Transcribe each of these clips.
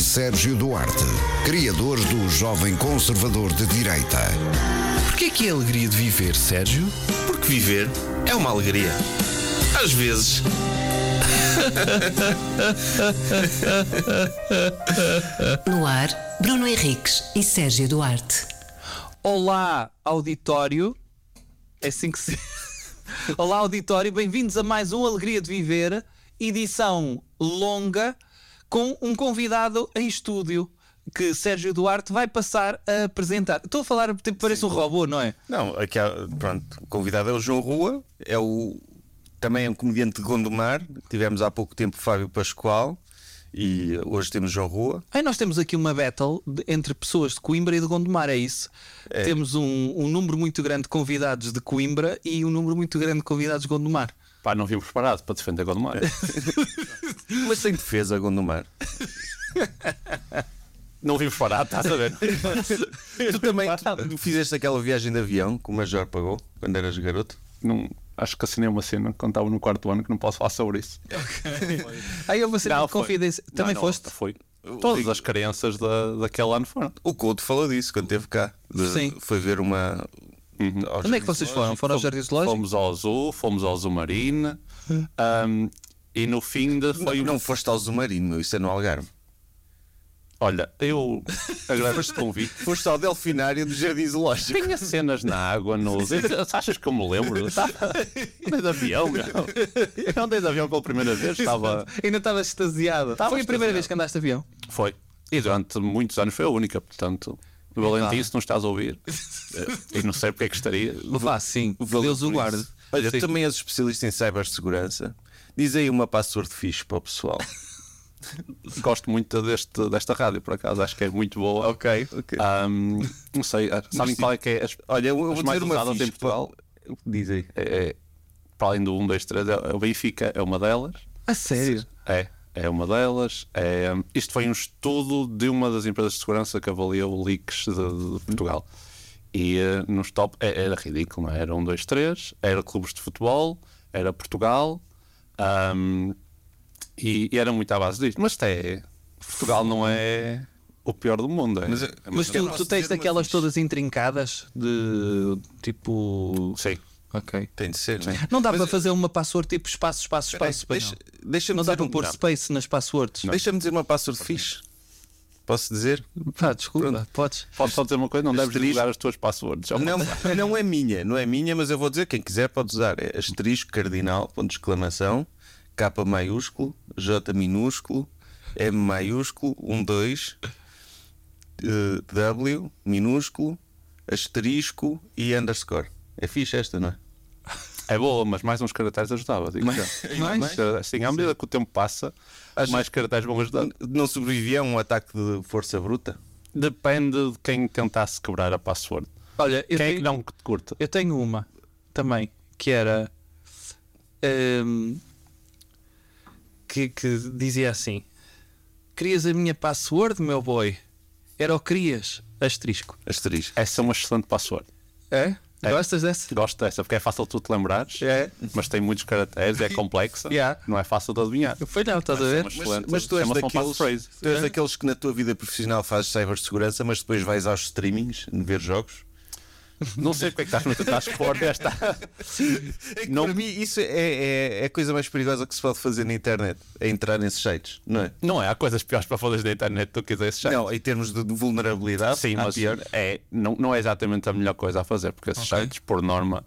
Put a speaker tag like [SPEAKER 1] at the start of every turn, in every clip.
[SPEAKER 1] Sérgio Duarte, criador do Jovem Conservador de Direita.
[SPEAKER 2] Porquê que é a alegria de viver, Sérgio?
[SPEAKER 3] Porque viver é uma alegria. Às vezes.
[SPEAKER 4] No ar, Bruno Henriques e Sérgio Duarte.
[SPEAKER 5] Olá, auditório. É assim que se. Olá, auditório. Bem-vindos a mais um Alegria de Viver, edição longa, com um convidado em estúdio que Sérgio Duarte vai passar a apresentar. Estou a falar, tipo, parece um robô, não é?
[SPEAKER 3] Não, aqui há- pronto, o convidado é o João Rua, é o também é um comediante de Gondomar. Tivemos há pouco tempo o Fábio Pascoal e hoje temos João Rua.
[SPEAKER 5] Aí nós temos aqui uma battle de- entre pessoas de Coimbra e de Gondomar, é isso? Temos um, um número muito grande de convidados de Coimbra e um número muito grande de convidados de Gondomar.
[SPEAKER 6] Pá, não vim preparado para defender Gondomar.
[SPEAKER 3] Mas sem defesa, Gondomar.
[SPEAKER 6] não vim preparado, estás a ver?
[SPEAKER 3] tu também tu, tu fizeste aquela viagem de avião que o Major pagou quando eras garoto.
[SPEAKER 6] Não, acho que assinei uma cena quando estava no quarto ano que não posso falar sobre isso.
[SPEAKER 5] Aí eu vou ser
[SPEAKER 6] Não, foi.
[SPEAKER 5] confidencial.
[SPEAKER 6] Não,
[SPEAKER 5] Também
[SPEAKER 6] não,
[SPEAKER 5] foste?
[SPEAKER 6] Foi. Todas as crianças da, daquele ano foram.
[SPEAKER 3] O Couto falou disso quando esteve cá. De-
[SPEAKER 5] Sim.
[SPEAKER 3] Foi ver uma.
[SPEAKER 6] Uhum.
[SPEAKER 5] Onde é que vocês foram? Foram ao Jardim Zoológico?
[SPEAKER 6] Fomos ao Zoo, fomos ao Zoo Marine ahm, e no fim de. Foi, um-
[SPEAKER 3] Não, não foste ao Zumarino, meu, isso é no Algarve.
[SPEAKER 6] Olha, eu agradeço o convite.
[SPEAKER 3] Foste ao Delfinário do Jardim Zoológico.
[SPEAKER 6] Tinha cenas na água, no. Achas que eu me lembro?
[SPEAKER 5] Tá.
[SPEAKER 6] Estava- Andei de avião, meu. Eu andei de avião pela primeira vez,
[SPEAKER 3] Ah,
[SPEAKER 6] estava.
[SPEAKER 5] Ainda estava extasiado.
[SPEAKER 6] Estava
[SPEAKER 5] Foi a primeira
[SPEAKER 6] extasiado.
[SPEAKER 5] vez que andaste de avião.
[SPEAKER 6] Foi. E durante muitos anos foi a única, portanto. Valentim, se não estás a ouvir, eh, e não sei porque é que estaria.
[SPEAKER 5] Vá, sim. Deus o guarde.
[SPEAKER 3] Olha,
[SPEAKER 5] Sim.
[SPEAKER 3] também és especialista em cibersegurança. Diz aí uma password fixe para o pessoal.
[SPEAKER 6] Gosto muito deste, desta rádio, por acaso, acho que é muito boa.
[SPEAKER 3] ok, ok.
[SPEAKER 6] Ahm, não sei, ah, sabem qual é que é? As,
[SPEAKER 3] Olha, eu, eu
[SPEAKER 6] as
[SPEAKER 3] vou
[SPEAKER 6] mais
[SPEAKER 3] dizer uma
[SPEAKER 6] usadas
[SPEAKER 3] fixe.
[SPEAKER 6] em Portugal,
[SPEAKER 3] para- Diz aí.
[SPEAKER 6] é, é, para além do 1, 2, 3, é o Benfica, é uma delas.
[SPEAKER 5] A sério?
[SPEAKER 6] É, é uma delas. É, hum, isto foi um estudo de uma das empresas de segurança que avaliou leaks de,
[SPEAKER 3] Uhum.
[SPEAKER 6] de Portugal. E eh, nos top é- era ridículo, não é? Era um, dois, três, era clubes de futebol, era Portugal hum, e, e era muito à base disto. Mas até Portugal não é o pior do mundo. É,
[SPEAKER 3] Mas, eh,
[SPEAKER 6] é
[SPEAKER 5] Mas
[SPEAKER 6] muito-
[SPEAKER 5] tu, tu tens daquelas todas intrincadas de tipo.
[SPEAKER 6] Sim.
[SPEAKER 5] Ok.
[SPEAKER 3] Tem de ser, não é?
[SPEAKER 5] Não dá
[SPEAKER 3] Mas,
[SPEAKER 5] para fazer uma password tipo espaço, espaço,
[SPEAKER 3] espera aí,
[SPEAKER 5] espaço. pois
[SPEAKER 3] deixa-
[SPEAKER 5] não.
[SPEAKER 3] Deixa-me
[SPEAKER 5] não dá
[SPEAKER 3] dizer,
[SPEAKER 5] para
[SPEAKER 3] um-
[SPEAKER 5] pôr space nas passwords.
[SPEAKER 3] deixa-me dizer uma password fixe. Posso dizer?
[SPEAKER 5] Pá, desculpa,
[SPEAKER 3] Pronto.
[SPEAKER 5] podes.
[SPEAKER 6] Posso só dizer uma coisa? Não deves
[SPEAKER 3] Asterisco.
[SPEAKER 6] divulgar as tuas passwords. É uma-
[SPEAKER 3] Não, não é minha, não é minha, mas eu vou dizer, quem quiser pode usar. É asterisco, cardinal, ponto de exclamação, K maiúsculo, J minúsculo, M maiúsculo, 1, 2, eh, W minúsculo, asterisco e underscore. É fixe esta, não é?
[SPEAKER 6] É boa, mas mais uns caracteres ajudava. Digo
[SPEAKER 5] Mais?
[SPEAKER 6] Sim, à medida que o tempo passa, mais caracteres vão ajudar.
[SPEAKER 3] Não sobrevivi a um ataque de força bruta?
[SPEAKER 6] Depende de quem tentasse quebrar a password.
[SPEAKER 5] Olha, eu,
[SPEAKER 6] quem é
[SPEAKER 5] tenho,
[SPEAKER 6] que não te curte?
[SPEAKER 5] eu tenho uma também que era. hum, que, que dizia assim: Querias a minha password, meu boy? Era o querias, asterisco.
[SPEAKER 3] Asterisco.
[SPEAKER 6] Essa é uma excelente password.
[SPEAKER 5] É? Gostas dessa?
[SPEAKER 6] Gosto dessa, porque é fácil tu te lembrares,
[SPEAKER 5] É.
[SPEAKER 6] mas tem muitos caracteres, é complexa,
[SPEAKER 5] Yeah.
[SPEAKER 6] não é fácil de adivinhar.
[SPEAKER 5] Foi não, estás a ver?
[SPEAKER 6] Mas-
[SPEAKER 3] Mas,
[SPEAKER 6] Excelente.
[SPEAKER 3] mas tu, és
[SPEAKER 6] Chama-se uma
[SPEAKER 3] daqueles,
[SPEAKER 6] passphrase.
[SPEAKER 3] tu és daqueles que na tua vida profissional fazes cibersegurança, mas depois vais aos streamings, ver jogos?
[SPEAKER 6] Não sei porque é que estás muito estás fora desta.
[SPEAKER 3] É que
[SPEAKER 6] Não-
[SPEAKER 3] Para mim, isso é, é- é a coisa mais perigosa que se pode fazer na internet. É entrar nesses sites, não é?
[SPEAKER 6] Não é, há coisas piores para fazer da internet do que esses sites.
[SPEAKER 3] Não, em termos de de vulnerabilidade,
[SPEAKER 6] Sim,
[SPEAKER 3] há
[SPEAKER 6] mas
[SPEAKER 3] pior.
[SPEAKER 6] é, não, não é exatamente a melhor coisa a fazer, porque esses sites, por norma,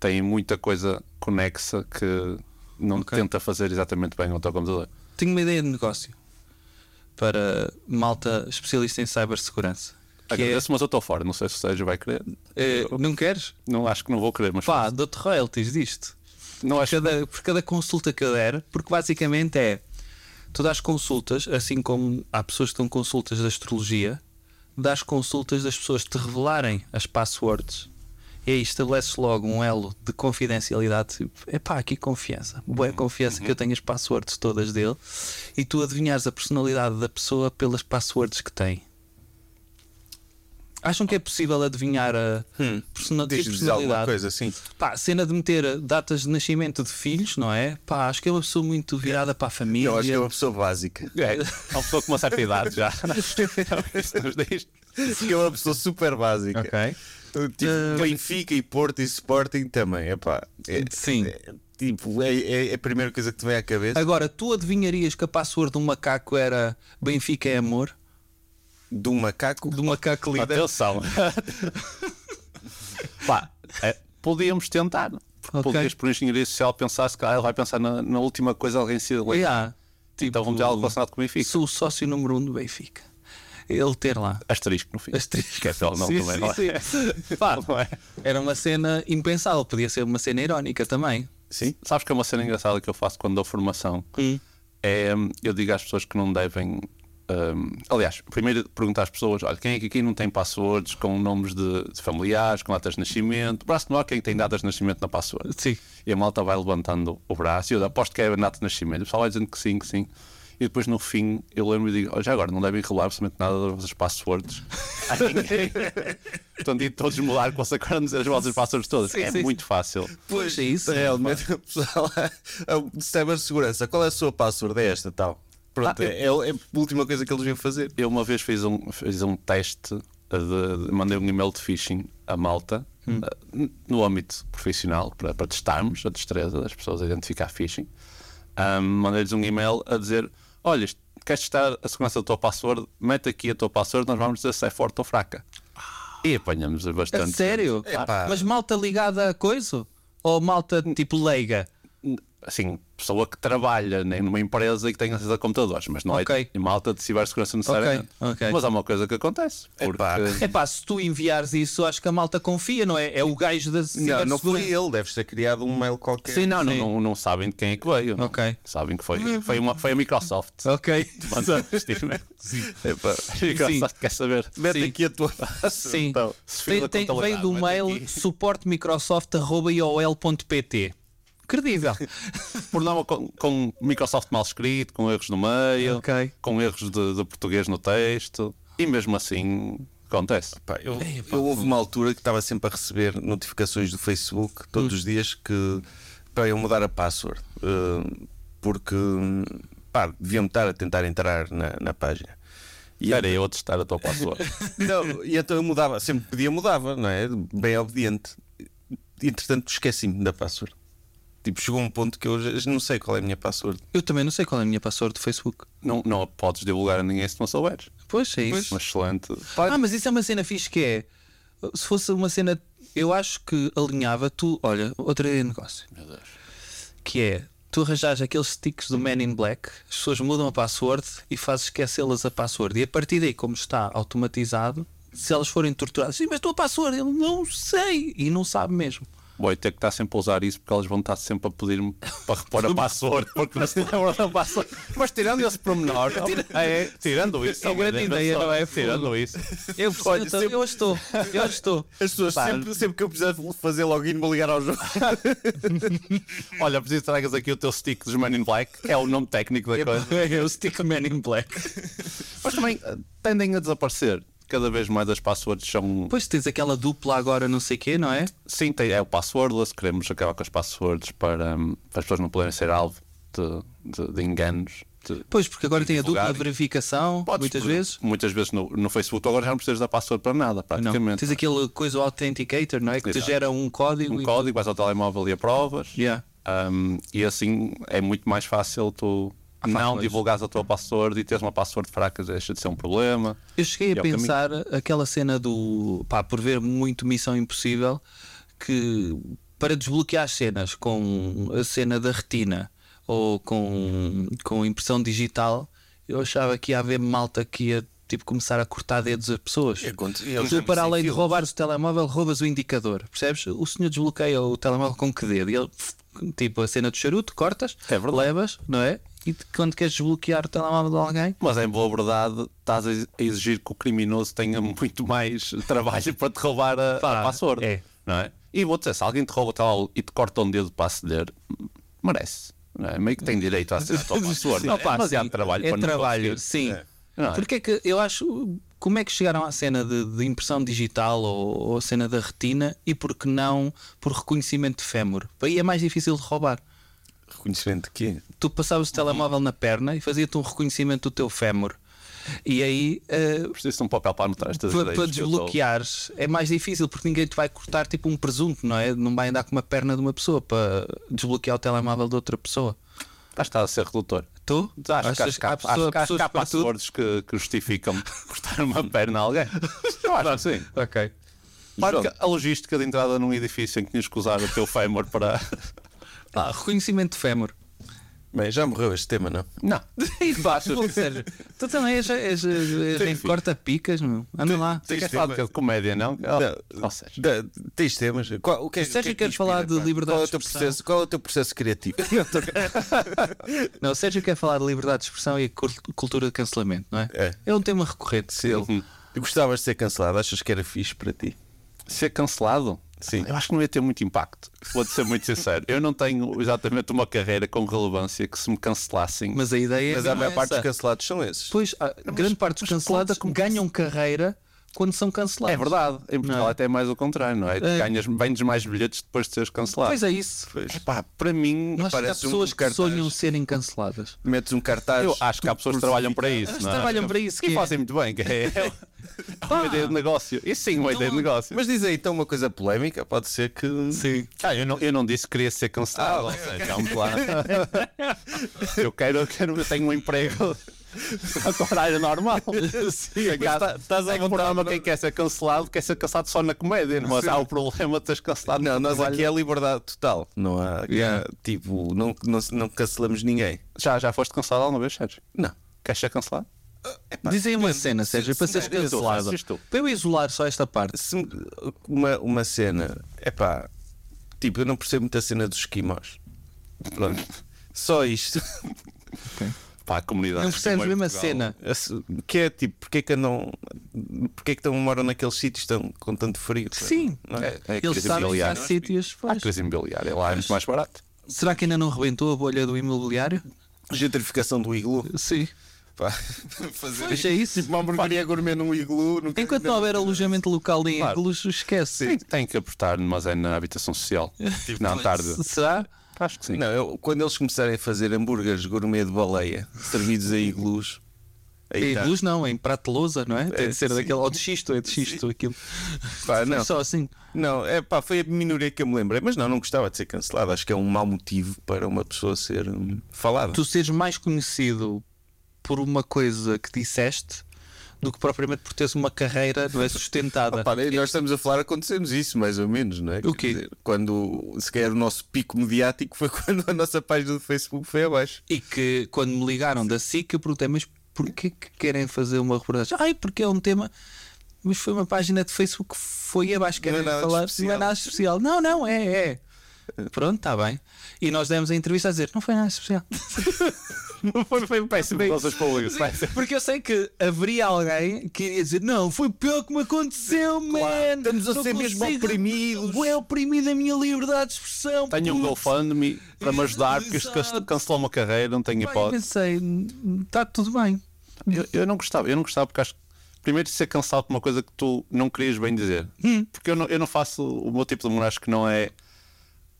[SPEAKER 6] têm muita coisa conexa que não tenta fazer exatamente bem ao teu computador.
[SPEAKER 5] Tenho uma ideia de negócio para malta especialista em cibersegurança. Que é,
[SPEAKER 6] Agradeço, mas eu estou fora, não sei se o Sérgio vai querer.
[SPEAKER 5] eh, não queres?
[SPEAKER 6] Não acho que não vou querer, mas
[SPEAKER 5] Pá, dou-te royalties disto.
[SPEAKER 6] não
[SPEAKER 5] Por
[SPEAKER 6] acho
[SPEAKER 5] cada, por cada consulta que eu der, porque basicamente é tu dás consultas, assim como há pessoas que dão consultas de astrologia, dás consultas das pessoas te revelarem as passwords e aí estabeleces logo um elo de confidencialidade. Tipo, epá, aqui confiança,
[SPEAKER 3] Uhum,
[SPEAKER 5] boa confiança que eu tenho as passwords todas dele e tu adivinhares a personalidade da pessoa pelas passwords que tem. Acham que é possível adivinhar a persona- ter
[SPEAKER 3] Hum, Diz-lhes alguma
[SPEAKER 5] personalidade?
[SPEAKER 3] coisa assim.
[SPEAKER 5] Pá, cena de meter datas de nascimento de filhos, não é? Pá, acho que é uma pessoa muito virada para a família.
[SPEAKER 3] Eu acho que é uma pessoa básica.
[SPEAKER 6] É, há uma pessoa com uma certa idade já. Isso nos diz.
[SPEAKER 3] que é uma pessoa super básica.
[SPEAKER 5] Ok. Hum.
[SPEAKER 3] Tipo, Benfica e Porto e Sporting também. Epá, é,
[SPEAKER 5] Sim.
[SPEAKER 3] é, tipo, é, é a primeira coisa que te vem à cabeça.
[SPEAKER 5] Agora, tu adivinharias que a password de um macaco era Benfica é amor?
[SPEAKER 3] De um macaco.
[SPEAKER 5] Do macaco líder?
[SPEAKER 6] Atenção. Pá, é, podíamos tentar. Porque
[SPEAKER 5] Ok.
[SPEAKER 6] Podías por engenharia social pensar se calhar ele vai pensar na, na última coisa alguém se eleita.
[SPEAKER 5] Yeah, tipo,
[SPEAKER 6] Então vamos ter algo relacionado com o Benfica.
[SPEAKER 5] Sou o sócio número um do Benfica. Ele ter lá.
[SPEAKER 6] Asterisco no fim.
[SPEAKER 5] Asterisco.
[SPEAKER 6] Esquece ele, não,
[SPEAKER 5] Sim,
[SPEAKER 6] também
[SPEAKER 5] sim,
[SPEAKER 6] não é.
[SPEAKER 5] sim. Pá,
[SPEAKER 6] Não é.
[SPEAKER 5] Era uma cena impensável, podia ser uma cena irónica também.
[SPEAKER 3] Sim.
[SPEAKER 6] Sabes que é uma cena engraçada que eu faço quando dou formação? É, hum, eu digo às pessoas que não devem. hum, aliás, primeiro pergunto às pessoas: olha, quem é que aqui não tem passwords com nomes de, de familiares, com datas de nascimento? Braço no ar, quem tem datas de nascimento na password?
[SPEAKER 5] Sim.
[SPEAKER 6] E a malta vai levantando o braço e eu aposto que é a data de nascimento. O pessoal vai dizendo que sim, que sim. E depois no fim eu lembro e digo: olha, já agora não devem revelar absolutamente nada das vossas passwords a ninguém. Portanto, e todos mudar com essa cara as vossas passwords todas.
[SPEAKER 5] Sim,
[SPEAKER 6] é
[SPEAKER 5] sim, sim.
[SPEAKER 6] muito fácil.
[SPEAKER 5] Pois é isso.
[SPEAKER 3] Realmente, o pessoal a cibersegurança. Qual é a sua password? É esta tal. Pronto, é, é a última coisa que eles vêm fazer.
[SPEAKER 6] Ah, Eu uma vez fiz um, fiz um teste, de- de- mandei um e-mail de phishing à malta,
[SPEAKER 3] Hum.
[SPEAKER 6] eh, no âmbito profissional, para, para testarmos a destreza das pessoas a identificar phishing. Ahm, Mandei-lhes um e-mail a dizer: Olha, isto- queres testar a segurança da tua password? Mete aqui a tua password, nós vamos dizer se é forte ou fraca.
[SPEAKER 3] Ah.
[SPEAKER 6] E apanhamos
[SPEAKER 5] A
[SPEAKER 6] bastante.
[SPEAKER 5] É sério?
[SPEAKER 6] é.
[SPEAKER 3] Epá.
[SPEAKER 5] Mas malta ligada a coisa? Ou malta tipo leiga?
[SPEAKER 6] Assim, pessoa que trabalha nem numa empresa e que tenha acesso a computadores, mas não
[SPEAKER 5] Ok.
[SPEAKER 6] é malta de cibersegurança necessariamente.
[SPEAKER 5] ok.
[SPEAKER 6] Mas há uma coisa que acontece.
[SPEAKER 3] Epá.
[SPEAKER 5] É pá, se tu enviares isso, acho que a malta confia, não é? É o gajo da
[SPEAKER 3] Não, não é- foi
[SPEAKER 5] cibersegurança.
[SPEAKER 3] ele, deves ter criado um mail qualquer.
[SPEAKER 6] Sim, não, não,
[SPEAKER 5] Sim.
[SPEAKER 6] não, não sabem de quem é que veio. não.
[SPEAKER 5] Ok.
[SPEAKER 6] Sabem que foi, foi, uma, foi a Microsoft.
[SPEAKER 5] Ok.
[SPEAKER 6] Manda- Steve, né?
[SPEAKER 3] Epá,
[SPEAKER 6] A Microsoft quer saber.
[SPEAKER 3] Mete
[SPEAKER 5] Sim.
[SPEAKER 3] aqui a tua password.
[SPEAKER 5] Sim.
[SPEAKER 6] Então, se
[SPEAKER 5] Tem-
[SPEAKER 6] fez a
[SPEAKER 5] tem- veio
[SPEAKER 6] contabilidade,
[SPEAKER 5] do
[SPEAKER 6] mete
[SPEAKER 5] mail
[SPEAKER 6] aqui.
[SPEAKER 5] suporte-microsoft.iol.pt. Credível.
[SPEAKER 6] Por norma, com, com Microsoft mal escrito, com erros no meio,
[SPEAKER 5] Ok.
[SPEAKER 6] com erros de, de português no texto, e mesmo assim acontece.
[SPEAKER 3] Pá, eu, eu houve uma altura que estava sempre a receber notificações do Facebook todos os dias que para eu mudar a password eh, porque pá, deviam estar a tentar entrar na, na página. E
[SPEAKER 6] Era eu a testar a tua password.
[SPEAKER 3] então, e então eu mudava, sempre que podia mudava, não é? Bem obediente. E, Entretanto, esqueci-me da password. Tipo, chegou um ponto que eu já já não sei qual é a minha password.
[SPEAKER 5] Eu também não sei qual é a minha password do Facebook.
[SPEAKER 6] não, não a podes divulgar a ninguém se não souberes.
[SPEAKER 5] Pois é isso.
[SPEAKER 6] Uma excelente.
[SPEAKER 5] Ah, mas isso é uma cena fixe que é. Se fosse uma cena. Eu acho que alinhava tu. Olha, outra ideia de negócio. Meu Deus. Que é. Tu arranjas aqueles sticks do Man in Black, as pessoas mudam a password e fazes esquecê-las a password. E a partir daí, como está automatizado, se elas forem torturadas, sim, mas estou a password, eu não sei. E não sabe mesmo.
[SPEAKER 6] Bom, eu tenho que estar sempre a usar isso porque elas vão estar sempre a pedir-me para repor a password, porque não se
[SPEAKER 5] É um
[SPEAKER 6] lembram da é um password. Mas tirando esse pormenor, é, tirando isso,
[SPEAKER 5] É uma grande ideia, não é?
[SPEAKER 6] Tirando isso.
[SPEAKER 5] Eu, eu, tô- eu estou, eu estou.
[SPEAKER 3] As pessoas, sempre, sempre que eu precisar fazer login, vou ligar ao João.
[SPEAKER 6] Olha, preciso que tragas aqui o teu stick dos Man in Black, que é o nome técnico da coisa.
[SPEAKER 5] É o stick Man in Black.
[SPEAKER 6] Mas também eh, tendem a desaparecer. Cada vez mais as passwords são.
[SPEAKER 5] Pois tens aquela dupla agora, não sei o quê, não é?
[SPEAKER 6] Sim, tem- é o passwordless, queremos acabar com as passwords para, hum, para as pessoas não poderem ser alvo de, de- de enganos. de-
[SPEAKER 5] Pois, porque agora tem a dupla
[SPEAKER 6] Divulgar.
[SPEAKER 5] verificação,
[SPEAKER 6] Podes,
[SPEAKER 5] muitas
[SPEAKER 6] por-
[SPEAKER 5] vezes.
[SPEAKER 6] Muitas vezes no, no Facebook, tu agora já não precisas da password para nada,
[SPEAKER 5] Não,
[SPEAKER 6] praticamente.
[SPEAKER 5] tens aquele coisa o authenticator, não é? Que te
[SPEAKER 6] Exato.
[SPEAKER 5] gera um código.
[SPEAKER 6] um
[SPEAKER 5] e-
[SPEAKER 6] código, vais ao telemóvel e aprovas.
[SPEAKER 5] Yeah.
[SPEAKER 6] Um, e assim é muito mais fácil tu não
[SPEAKER 5] Ah, pois.
[SPEAKER 6] divulgares a tua password e teres uma password fraca, deixa de ser um problema.
[SPEAKER 5] Eu cheguei
[SPEAKER 6] É
[SPEAKER 5] a
[SPEAKER 6] o caminho.
[SPEAKER 5] pensar aquela cena do. pá, por ver muito Missão Impossível, que para desbloquear as cenas com a cena da retina ou com, com impressão digital, eu achava que ia haver malta que ia. Tipo, começar a cortar dedos a pessoas.
[SPEAKER 3] aconte- eu já
[SPEAKER 5] Tu,
[SPEAKER 3] me
[SPEAKER 5] para
[SPEAKER 3] sei
[SPEAKER 5] além de
[SPEAKER 3] filmes.
[SPEAKER 5] roubares o telemóvel, roubas o indicador. Percebes? O senhor desbloqueia o telemóvel com que dedo? E ele, pff, tipo, a cena do charuto, cortas,
[SPEAKER 6] É verdade.
[SPEAKER 5] levas, não é? E te- quando queres desbloquear o telemóvel de alguém,
[SPEAKER 6] Mas em boa verdade, estás a ex- a exigir que o criminoso tenha muito mais trabalho para te roubar a, a
[SPEAKER 5] Pá,
[SPEAKER 6] password.
[SPEAKER 5] é.
[SPEAKER 6] Não é? E vou dizer, se alguém te rouba o telemóvel e te corta um dedo para aceder, merece. Não é? Meio que tem direito a aceder a tua password.
[SPEAKER 5] Sim. Opa,
[SPEAKER 6] é demasiado
[SPEAKER 5] sim,
[SPEAKER 6] trabalho
[SPEAKER 5] é
[SPEAKER 6] para não
[SPEAKER 5] trabalho,
[SPEAKER 6] conseguir.
[SPEAKER 5] sim.
[SPEAKER 6] Não é?
[SPEAKER 5] Porque é que eu acho Como é que chegaram à cena de, de impressão digital ou, ou a cena da retina e por que não por reconhecimento de fémur? Aí é mais difícil de roubar.
[SPEAKER 3] Reconhecimento é. de quê?
[SPEAKER 5] Tu passavas o telemóvel na perna e fazia-te um reconhecimento do teu fémur. E aí, eh,
[SPEAKER 6] Preciso de um papel para anotar estas
[SPEAKER 5] para,
[SPEAKER 6] ideias.
[SPEAKER 5] para
[SPEAKER 6] que eu
[SPEAKER 5] desbloqueares é mais difícil porque ninguém te vai cortar tipo um presunto, não é? Não vai andar com uma perna de uma pessoa para desbloquear o telemóvel de outra pessoa.
[SPEAKER 6] estou- Estás estás a ser redutor.
[SPEAKER 5] Tu?
[SPEAKER 6] Acho que,
[SPEAKER 5] Achas
[SPEAKER 6] acho que há,
[SPEAKER 5] há pessoa-
[SPEAKER 6] acho que há-
[SPEAKER 5] pessoas
[SPEAKER 6] que há
[SPEAKER 5] para tudo?
[SPEAKER 6] passwords que, que justificam cortar uma perna a alguém. Eu acho que sim.
[SPEAKER 5] Ok.
[SPEAKER 3] João.
[SPEAKER 6] Claro que a logística de entrada num edifício em que tinhas que usar o teu fémur para.
[SPEAKER 5] Pá, reconhecimento de fémur.
[SPEAKER 3] Bem, já morreu este tema, não?
[SPEAKER 6] Não. E baixas.
[SPEAKER 5] Ou seja, tu também és, és, és,
[SPEAKER 6] Tem
[SPEAKER 5] és
[SPEAKER 6] filho.
[SPEAKER 5] corta-picas, meu. Anda lá.
[SPEAKER 6] Tu queres
[SPEAKER 3] Tens
[SPEAKER 6] falar
[SPEAKER 3] tema.
[SPEAKER 6] de quê? De comédia, não?
[SPEAKER 3] Não,
[SPEAKER 6] Ou seja,
[SPEAKER 3] da- tens temas? Qual, o que é,
[SPEAKER 5] Sérgio
[SPEAKER 3] o que é
[SPEAKER 5] quer
[SPEAKER 3] te
[SPEAKER 5] falar
[SPEAKER 3] inspira,
[SPEAKER 5] de
[SPEAKER 3] pá?
[SPEAKER 5] liberdade
[SPEAKER 3] qual é o
[SPEAKER 5] de
[SPEAKER 3] teu
[SPEAKER 5] expressão.
[SPEAKER 3] processo Qual é o teu processo criativo?
[SPEAKER 5] Não, o Sérgio quer falar de liberdade de expressão e cul- cultura de cancelamento, não é?
[SPEAKER 3] É.
[SPEAKER 5] um tema recorrente.
[SPEAKER 6] hum,
[SPEAKER 3] Ele- Tu gostavas de ser cancelado? Achas que era fixe para ti?
[SPEAKER 6] ser cancelado.
[SPEAKER 3] Sim.
[SPEAKER 6] Eu acho que não ia ter muito impacto. Vou-te ser muito sincero. Eu não tenho exatamente uma carreira com relevância que se me cancelassem.
[SPEAKER 5] Mas a ideia
[SPEAKER 3] Mas
[SPEAKER 5] é.
[SPEAKER 3] a maior parte dos
[SPEAKER 5] essa.
[SPEAKER 3] cancelados são esses.
[SPEAKER 5] Pois, a grande parte dos cancelados ganham carreira quando são cancelados.
[SPEAKER 6] É verdade. Em Portugal
[SPEAKER 5] Não.
[SPEAKER 6] até é mais o contrário, não é? Tu
[SPEAKER 5] É.
[SPEAKER 6] Ganhas, vendes mais bilhetes depois de seres cancelado.
[SPEAKER 5] Pois é isso.
[SPEAKER 6] Epá, para
[SPEAKER 5] Eu
[SPEAKER 6] mim,
[SPEAKER 5] acho que há
[SPEAKER 3] Parece um
[SPEAKER 5] pessoas que
[SPEAKER 3] cartaz.
[SPEAKER 5] sonham serem canceladas.
[SPEAKER 3] Metes um cartaz.
[SPEAKER 6] eu acho que há pessoas que trabalham para isso.
[SPEAKER 5] Elas
[SPEAKER 6] não é?
[SPEAKER 5] trabalham para isso,
[SPEAKER 6] E
[SPEAKER 5] que é-
[SPEAKER 6] fazem muito bem. Que é, é uma ideia de negócio. Isso sim, uma ideia de negócio.
[SPEAKER 3] Mas diz aí então uma coisa polémica, pode ser que.
[SPEAKER 5] Sim.
[SPEAKER 6] Ah, eu não, eu não disse que queria ser cancelado.
[SPEAKER 5] Ah,
[SPEAKER 6] Calma lá. eu, quero, eu quero, eu tenho um emprego a horário normal. Sim,
[SPEAKER 3] tá- estás à
[SPEAKER 6] é que
[SPEAKER 3] vontade,
[SPEAKER 6] o problema
[SPEAKER 3] não-
[SPEAKER 6] quem quer ser cancelado quer ser cancelado só na comédia, não? mas há o problema de teres cancelado.
[SPEAKER 3] Não,
[SPEAKER 6] no
[SPEAKER 3] nós
[SPEAKER 6] trabalho.
[SPEAKER 3] aqui é liberdade total. Não há.
[SPEAKER 5] Yeah.
[SPEAKER 3] Tipo, não, não, não cancelamos ninguém.
[SPEAKER 6] já, já foste cancelado alguma vez, Sérgio?
[SPEAKER 3] Não.
[SPEAKER 6] Queres ser cancelado?
[SPEAKER 3] É
[SPEAKER 5] Dizem uma cena, Sérgio, para seres
[SPEAKER 6] se- eu estou,
[SPEAKER 5] cancelado.
[SPEAKER 6] assisto.
[SPEAKER 5] Para eu isolar só esta parte.
[SPEAKER 3] Se me- uma, uma cena. É pá. Tipo, eu não percebo muito a cena dos esquimós. Pronto. Só isto.
[SPEAKER 6] Para a comunidade. é
[SPEAKER 5] Não percebes
[SPEAKER 6] Primeiro
[SPEAKER 5] mesmo a
[SPEAKER 6] Portugal.
[SPEAKER 5] cena.
[SPEAKER 3] Esse- Que é tipo, porque é que andam. Porque é que estão, moram naqueles sítios tão, com tanto frio?
[SPEAKER 5] Sim.
[SPEAKER 3] Não é?
[SPEAKER 6] É
[SPEAKER 5] Eles sabem
[SPEAKER 6] crise
[SPEAKER 5] que há
[SPEAKER 6] imobiliária.
[SPEAKER 5] sítios.
[SPEAKER 6] Há
[SPEAKER 5] pois.
[SPEAKER 6] crise imobiliária, lá é muito mais barato.
[SPEAKER 5] Será que ainda não rebentou a bolha do imobiliário?
[SPEAKER 3] Gentrificação do iglu.
[SPEAKER 5] Sim.
[SPEAKER 3] Pá. Fazer
[SPEAKER 5] Pois é isso.
[SPEAKER 3] Tipo, uma hamburgueria gourmet num iglu. nunca-
[SPEAKER 5] Enquanto não houver alojamento local em
[SPEAKER 6] Claro.
[SPEAKER 5] ângulos, esquece.
[SPEAKER 6] Tem, tem que apertar, mas é na habitação social. não, tarde.
[SPEAKER 5] Será?
[SPEAKER 6] Acho que sim.
[SPEAKER 3] Não, eu- quando eles começarem a fazer hambúrgueres gourmet de baleia, servidos a iglus, aí
[SPEAKER 5] Em
[SPEAKER 3] tá.
[SPEAKER 5] luz não, em prato de lousa, não é? Tem de ser
[SPEAKER 3] sim.
[SPEAKER 5] daquele. Ou de xisto, é de xisto aquilo.
[SPEAKER 3] Pá, não,
[SPEAKER 5] Só assim.
[SPEAKER 3] não, é pá, foi a minoria que eu me lembrei, mas não, não gostava de ser cancelado. Acho que é um mau motivo para uma pessoa ser hum, falada.
[SPEAKER 5] tu seres mais conhecido por uma coisa que disseste do que propriamente por teres uma carreira não é, sustentada.
[SPEAKER 3] Ah, Pá, nós estamos a falar, acontecemos isso, mais ou menos, não é?
[SPEAKER 5] O
[SPEAKER 3] Quer
[SPEAKER 5] quê?
[SPEAKER 3] dizer, Quando, se calhar, o nosso pico mediático foi quando a nossa página do Facebook foi abaixo.
[SPEAKER 5] E que quando me ligaram da SIC eu perguntei, mas porquê que querem fazer uma reportagem? Ai, porque é um tema. Mas foi uma página de Facebook que foi abaixo,
[SPEAKER 3] Não é
[SPEAKER 5] querem
[SPEAKER 3] nada de
[SPEAKER 5] falar. Não é
[SPEAKER 3] especial.
[SPEAKER 5] nada especial. Não, não, é, é. Pronto, está bem. E nós demos a entrevista a dizer: não foi nada especial. não foi, foi péssimo.
[SPEAKER 6] Vocês para isso. vai ser-
[SPEAKER 5] Porque eu sei que haveria alguém que iria dizer: Não, foi pior que me aconteceu, man.
[SPEAKER 3] estamos a
[SPEAKER 5] Não
[SPEAKER 3] ser mesmo
[SPEAKER 5] consigo.
[SPEAKER 3] oprimidos."
[SPEAKER 5] Vou é oprimido a minha liberdade de expressão.
[SPEAKER 6] Tenho um
[SPEAKER 5] puto."
[SPEAKER 6] GoFundMe para me ajudar, porque isto
[SPEAKER 5] Exato.
[SPEAKER 6] cancelou uma carreira, não tenho
[SPEAKER 5] Pá, Eu
[SPEAKER 6] hipótese.
[SPEAKER 5] pensei: Está tudo bem.
[SPEAKER 6] Eu, eu não gostava, eu não gostava porque acho que primeiro de ser cancelado por uma coisa que tu não querias bem dizer.
[SPEAKER 5] Hum.
[SPEAKER 6] Porque eu não, eu não faço o meu tipo de humor, acho que não é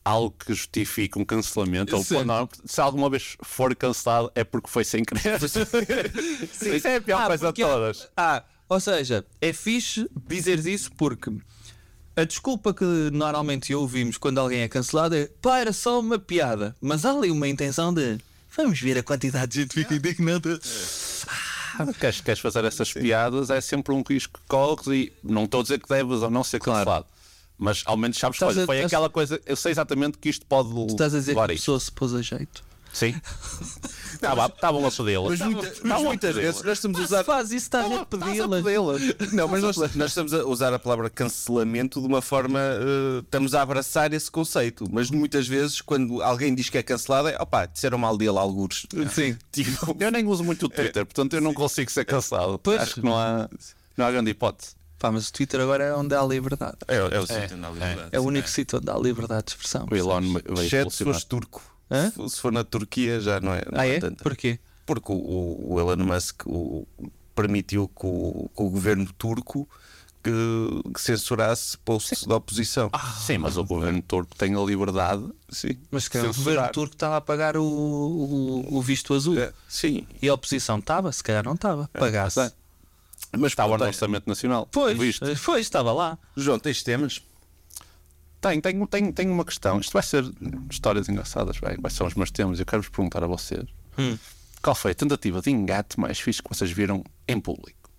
[SPEAKER 6] algo que justifique um cancelamento. Ou,
[SPEAKER 5] Certo.
[SPEAKER 6] não, se alguma vez for cancelado é porque foi sem querer. Isso é a pior
[SPEAKER 5] Ah,
[SPEAKER 6] coisa de
[SPEAKER 5] porque-
[SPEAKER 6] todas.
[SPEAKER 5] Ah, ou seja, é fixe dizeres isso porque a desculpa que normalmente ouvimos quando alguém é cancelado é pá, era só uma piada. Mas há ali uma intenção de vamos ver a quantidade de gente que fica indignada.
[SPEAKER 6] Queres, queres fazer essas piadas, é sempre um risco que corres e não estou a dizer que deves ou não ser cancelado. Mas ao menos sabes que
[SPEAKER 5] Estás
[SPEAKER 6] olha,
[SPEAKER 5] a-
[SPEAKER 6] foi
[SPEAKER 5] estás-
[SPEAKER 6] aquela coisa. Eu sei exatamente que isto pode
[SPEAKER 5] Tu estás a dizer que a
[SPEAKER 6] levar a isto.
[SPEAKER 5] pessoa se pôs a jeito.
[SPEAKER 6] Sim. Tá Estavam a pedi-la.
[SPEAKER 3] Mas muita-
[SPEAKER 6] Tá
[SPEAKER 3] mas muitas vezes nós estamos a
[SPEAKER 5] Mas
[SPEAKER 3] usar.
[SPEAKER 5] faz isso, estás a pedi-las.
[SPEAKER 3] Não, mas nós, nós estamos a usar a palavra cancelamento de uma forma. eh, estamos a abraçar esse conceito. Mas muitas vezes, quando alguém diz que é cancelado, é opá, disseram mal dele alguns.
[SPEAKER 5] Sim.
[SPEAKER 3] Tipo,
[SPEAKER 6] Eu nem uso muito o Twitter, portanto eu não consigo ser cancelado.
[SPEAKER 5] Pois.
[SPEAKER 6] Acho que não há, não há grande hipótese.
[SPEAKER 5] Pá, mas o Twitter agora é onde há liberdade.
[SPEAKER 3] é, é o sítio na
[SPEAKER 5] É o único sítio onde há liberdade de expressão.
[SPEAKER 6] O Elon vai
[SPEAKER 3] Exceto se
[SPEAKER 6] evolucionar.
[SPEAKER 3] fores turco.
[SPEAKER 5] Hã?
[SPEAKER 3] Se for- Se for na Turquia, já não é. não
[SPEAKER 5] Ah,
[SPEAKER 3] há
[SPEAKER 5] é?
[SPEAKER 3] tanta-
[SPEAKER 5] Porquê?
[SPEAKER 3] Porque o, o- o Elon Musk, o, permitiu que o, que o governo turco que, que censurasse posts da oposição.
[SPEAKER 6] Sim, mas o governo turco tem a liberdade.
[SPEAKER 3] Sim.
[SPEAKER 5] Mas que é um o governo
[SPEAKER 3] Censurar.
[SPEAKER 5] turco estava a pagar o, o- o visto azul.
[SPEAKER 3] É, Sim,
[SPEAKER 5] E a oposição estava? Se calhar não estava.
[SPEAKER 6] É.
[SPEAKER 5] Pagasse.
[SPEAKER 3] mas
[SPEAKER 6] Estava no
[SPEAKER 3] pronto,
[SPEAKER 6] Orçamento Nacional.
[SPEAKER 5] Pois, eh,
[SPEAKER 6] Visto.
[SPEAKER 5] pois, estava lá.
[SPEAKER 3] João, tens temas?
[SPEAKER 6] Tenho, tenho, tenho, tenho uma questão. Isto vai ser histórias engraçadas, vai. Quais são os meus temas? Eu quero-vos perguntar a vocês. Qual foi a tentativa de engate mais fixe que vocês viram em público?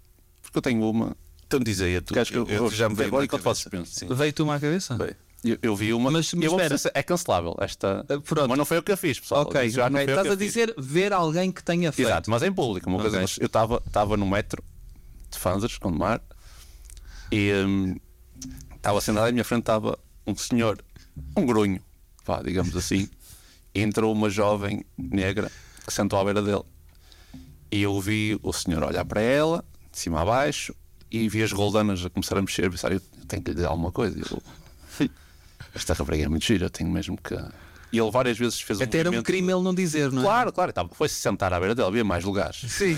[SPEAKER 6] Porque eu tenho uma.
[SPEAKER 3] Então diz aí a tu.
[SPEAKER 6] que acho que eu, vou-
[SPEAKER 3] veio
[SPEAKER 6] agora
[SPEAKER 3] na
[SPEAKER 6] enquanto
[SPEAKER 3] cabeça.
[SPEAKER 6] vocês pensam.
[SPEAKER 5] Veio-te uma à cabeça?
[SPEAKER 3] Veio.
[SPEAKER 6] Eu, eu vi uma.
[SPEAKER 5] Ah. Mas- mas
[SPEAKER 6] eu vou
[SPEAKER 5] espera.
[SPEAKER 6] dizer, é cancelável esta.
[SPEAKER 5] Ah, pronto.
[SPEAKER 6] Mas não foi o que eu fiz, pessoal.
[SPEAKER 5] Ok,
[SPEAKER 6] Isso já não
[SPEAKER 5] ok.
[SPEAKER 6] foi o
[SPEAKER 5] estás
[SPEAKER 6] que eu
[SPEAKER 5] a
[SPEAKER 6] fiz.
[SPEAKER 5] dizer ver alguém que tenha feito.
[SPEAKER 6] Exato, mas em público, uma coisa.
[SPEAKER 5] Ok.
[SPEAKER 6] Mas eu estava estava no metro de Fanzas, Gondomar, e hum, estava sentado e à minha frente estava um senhor, um grunho, vá, digamos assim. e entrou uma jovem negra que sentou à beira dele. E eu vi o senhor olhar para ela, de cima a baixo, e vi as roldanas a começar a mexer. Pensar, eu tenho que lhe dizer alguma coisa. E eu, esta rapariga é muito gira, eu tenho mesmo que. E ele várias vezes fez um
[SPEAKER 5] Até era um
[SPEAKER 6] movimento-
[SPEAKER 5] crime ele não dizer, não é?
[SPEAKER 6] Claro, claro, tá, foi-se sentar à beira dela, havia mais lugares.
[SPEAKER 5] Sim.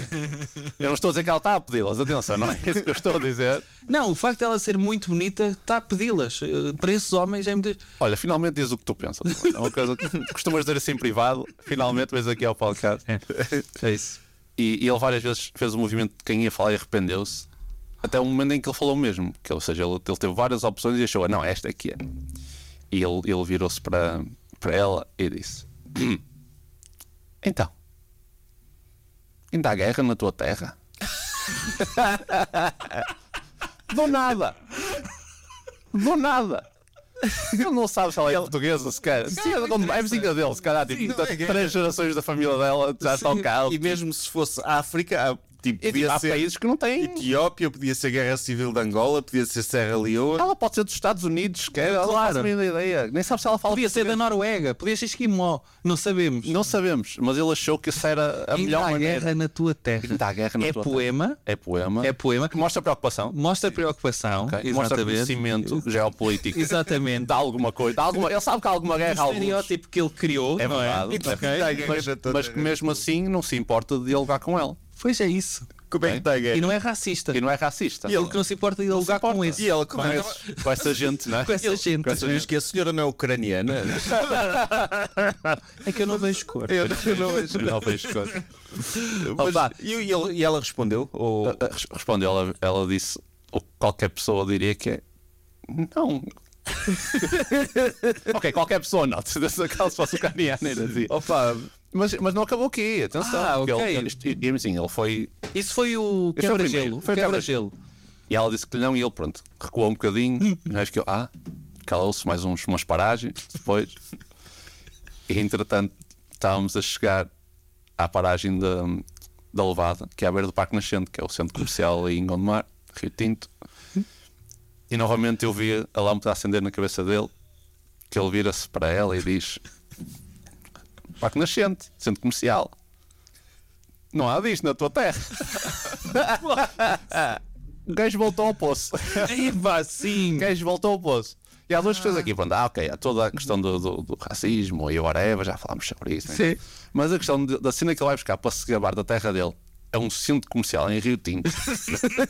[SPEAKER 6] Eu não estou a dizer que ela está a pedi-las, atenção, não é isso que eu estou a dizer.
[SPEAKER 5] Não, o facto dela ser muito bonita está a pedi-las. Eh, Para esses homens é muito.
[SPEAKER 6] Olha, finalmente diz o que tu pensas. É uma coisa que costumas dizer assim em privado, finalmente vês aqui ao podcast.
[SPEAKER 5] É isso.
[SPEAKER 6] E, e ele várias vezes fez o movimento de quem ia falar e arrependeu-se. Até o momento em que ele falou mesmo. Que, ou seja, ele, ele teve várias opções e achou, não, esta aqui é. E ele, ele virou-se para, para ela e disse: "Hum, Então, ainda há guerra na tua terra? Do nada! Do nada! Ele não sabe se ela é portuguesa, se calhar. Sim, é vizinha dele, se calhar. Tipo,
[SPEAKER 3] não é guerra.
[SPEAKER 6] três gerações da família dela já estão cá.
[SPEAKER 3] E mesmo se fosse África, há- tipo,
[SPEAKER 6] E,
[SPEAKER 3] podia
[SPEAKER 6] tipo, há
[SPEAKER 3] ser tipo,
[SPEAKER 6] países que não têm.
[SPEAKER 3] Etiópia, podia ser Guerra Civil de Angola, podia ser Serra Leoa.
[SPEAKER 6] Ela pode ser dos Estados Unidos, que
[SPEAKER 5] Claro.
[SPEAKER 6] ela não faz a mínima ideia. Nem sabe se ela fala.
[SPEAKER 5] Podia ser da Noruega, podia ser esquimó, não sabemos.
[SPEAKER 6] Não sabemos, mas ele achou que essa era a
[SPEAKER 5] Ainda
[SPEAKER 6] melhor
[SPEAKER 5] há
[SPEAKER 6] maneira.
[SPEAKER 5] guerra na tua terra.
[SPEAKER 6] Ainda há guerra na
[SPEAKER 5] é
[SPEAKER 6] tua
[SPEAKER 5] poema,
[SPEAKER 6] É poema.
[SPEAKER 5] é poema.
[SPEAKER 6] Que mostra preocupação.
[SPEAKER 5] Mostra preocupação.
[SPEAKER 6] ok? Mostra
[SPEAKER 5] Exatamente.
[SPEAKER 6] conhecimento geopolítico.
[SPEAKER 5] Exatamente.
[SPEAKER 6] Dá alguma coisa. Dá alguma... Ele sabe que há alguma guerra. há
[SPEAKER 5] O
[SPEAKER 6] alguns.
[SPEAKER 5] estereótipo que ele criou,
[SPEAKER 6] É
[SPEAKER 5] não é?
[SPEAKER 6] verdade.
[SPEAKER 5] Ok.
[SPEAKER 3] Está a guerra na tua
[SPEAKER 6] Mas que
[SPEAKER 3] terra.
[SPEAKER 6] mesmo assim não se importa de dialogar com ela.
[SPEAKER 5] Pois é isso.
[SPEAKER 3] Como é que está a guerra?
[SPEAKER 5] E não é racista.
[SPEAKER 6] E não é racista.
[SPEAKER 5] Ele que não se importa de dialogar com esse.
[SPEAKER 3] E ela com
[SPEAKER 6] Com,
[SPEAKER 3] essa-
[SPEAKER 6] esses- com essa gente, não é?
[SPEAKER 5] Com essa gente.
[SPEAKER 3] com essa gente que a senhora não é ucraniana.
[SPEAKER 5] É que eu não vejo cor.
[SPEAKER 3] Eu não vejo.
[SPEAKER 6] Não vejo coisa.
[SPEAKER 3] Mas-
[SPEAKER 5] Opa.
[SPEAKER 3] e, e ele- e ela respondeu? Ou...
[SPEAKER 6] Ah, res- Respondeu, ela, ela disse, ou qualquer pessoa diria que é. Não. ok, qualquer pessoa não. Se fosse aquela, se fosse ucraniana, era assim.
[SPEAKER 3] Opa,
[SPEAKER 6] Mas, mas não acabou aqui, atenção.
[SPEAKER 5] Ah,
[SPEAKER 6] porque
[SPEAKER 5] ok.
[SPEAKER 6] ele, ele, isto- digamos assim, ele foi.
[SPEAKER 5] Isso foi o
[SPEAKER 6] Esse foi o
[SPEAKER 5] quebra-gelo.
[SPEAKER 6] primeiro.
[SPEAKER 5] o
[SPEAKER 6] Foi o
[SPEAKER 5] Quebra-gelo.
[SPEAKER 6] E ela disse que não, e ele, pronto, recuou um bocadinho. Mas que eu, ah, calou-se mais uns, umas paragens depois. E entretanto, estávamos a chegar à paragem da, da Levada, que é à beira do Parque Nascente, que é o centro comercial ali em Gondomar, Rio Tinto. E novamente eu vi a lâmpada acender na cabeça dele, que ele vira-se para ela e diz: Parque Nascente, centro comercial. Não há disto na tua terra. o gajo voltou ao poço.
[SPEAKER 5] Epá, sim.
[SPEAKER 6] O gajo voltou ao poço. E há duas questões aqui, pronto, ah, ok, há toda a questão do, do- do racismo e o Areva, já falámos sobre isso. né?
[SPEAKER 5] Sim.
[SPEAKER 6] Mas a questão de- da cena que ele vai buscar para se gabar da terra dele é um centro comercial em Rio Tinto.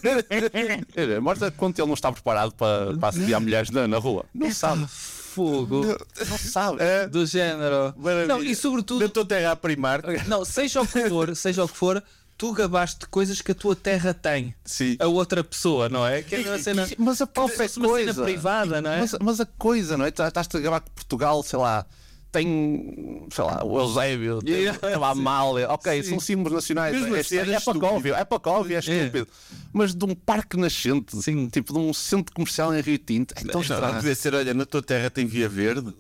[SPEAKER 6] Quer dizer, Mostra quanto ele não está preparado para, para assediar mulheres na, na rua. Não sabe, É.
[SPEAKER 5] Fogo.
[SPEAKER 6] não sabe.
[SPEAKER 5] Do género.
[SPEAKER 3] Maravilha.
[SPEAKER 5] Não, e
[SPEAKER 3] da
[SPEAKER 5] sobretudo,
[SPEAKER 3] tua terra a primar.
[SPEAKER 5] não, seja o que for, seja o que for, tu gabaste de coisas que a tua terra tem.
[SPEAKER 3] Sim.
[SPEAKER 5] A outra pessoa, não é? Que é uma cena,
[SPEAKER 6] Mas a própria
[SPEAKER 5] uma
[SPEAKER 6] coisa.
[SPEAKER 5] cena privada, não é?
[SPEAKER 6] Mas, mas a coisa, não é? Tá- Estás-te a gravar que Portugal, sei lá, tem, sei lá, o Eusébio, tem,
[SPEAKER 5] Yeah.
[SPEAKER 6] sei lá, a Amália, ok, são símbolos nacionais.
[SPEAKER 3] Mesmo
[SPEAKER 6] é,
[SPEAKER 3] assim,
[SPEAKER 6] é,
[SPEAKER 3] era
[SPEAKER 6] é para
[SPEAKER 3] estúpido.
[SPEAKER 6] Cóvio, é para Cóvio, é estúpido. Mas de um parque nascente,
[SPEAKER 5] Sim.
[SPEAKER 6] tipo de um centro comercial em Rio Tinto, é tão
[SPEAKER 3] Não, não
[SPEAKER 6] estranho.
[SPEAKER 3] podia ser, olha, na tua terra tem via verde.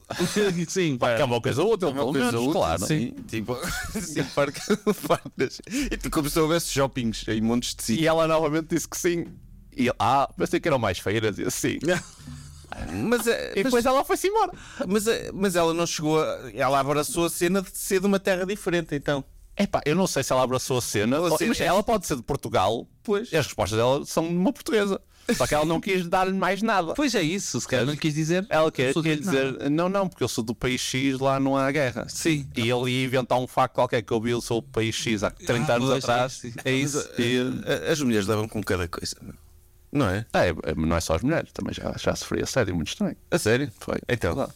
[SPEAKER 5] sim,
[SPEAKER 6] Que é uma coisa útil, é? pelo
[SPEAKER 3] coisa
[SPEAKER 6] menos,
[SPEAKER 3] útil,
[SPEAKER 6] claro.
[SPEAKER 3] Sim, tipo, sim, parque, parque das- E tu como se houvesse shoppings em montes de
[SPEAKER 6] E
[SPEAKER 3] sítios.
[SPEAKER 6] ela novamente disse que sim. E ele, ah, pensei que eram mais feiras, e assim.
[SPEAKER 3] Mas, é-
[SPEAKER 6] E
[SPEAKER 3] mas,
[SPEAKER 6] depois ela foi-se embora.
[SPEAKER 3] mas, é- mas ela não chegou a. Ela abraçou a cena de ser de uma terra diferente, então.
[SPEAKER 6] Epá, eu não sei se ela abraçou a cena,
[SPEAKER 3] Ou
[SPEAKER 6] ou-
[SPEAKER 5] é.
[SPEAKER 3] se-
[SPEAKER 6] mas ela pode ser de Portugal,
[SPEAKER 3] Pois.
[SPEAKER 6] e as respostas dela são de uma portuguesa. Só que ela não quis dar mais nada.
[SPEAKER 5] Pois é isso, se calhar não quis dizer.
[SPEAKER 6] Ela quer,
[SPEAKER 5] Sou de
[SPEAKER 6] quer
[SPEAKER 5] Vietnã.
[SPEAKER 6] dizer, não, não, porque eu sou do país X, lá não há guerra.
[SPEAKER 5] Sim. Ah,
[SPEAKER 6] E ele ia inventar um facto qualquer que eu vi, eu sou do país X há 30 anos
[SPEAKER 5] pois,
[SPEAKER 6] atrás.
[SPEAKER 5] é isso, é isso.
[SPEAKER 6] E-
[SPEAKER 3] A- As mulheres davam com cada coisa, meu. não é?
[SPEAKER 6] É, é, não é só as mulheres, também já, já sofri assédio muito estranho.
[SPEAKER 5] É
[SPEAKER 3] A sério?
[SPEAKER 6] Foi.
[SPEAKER 3] Então.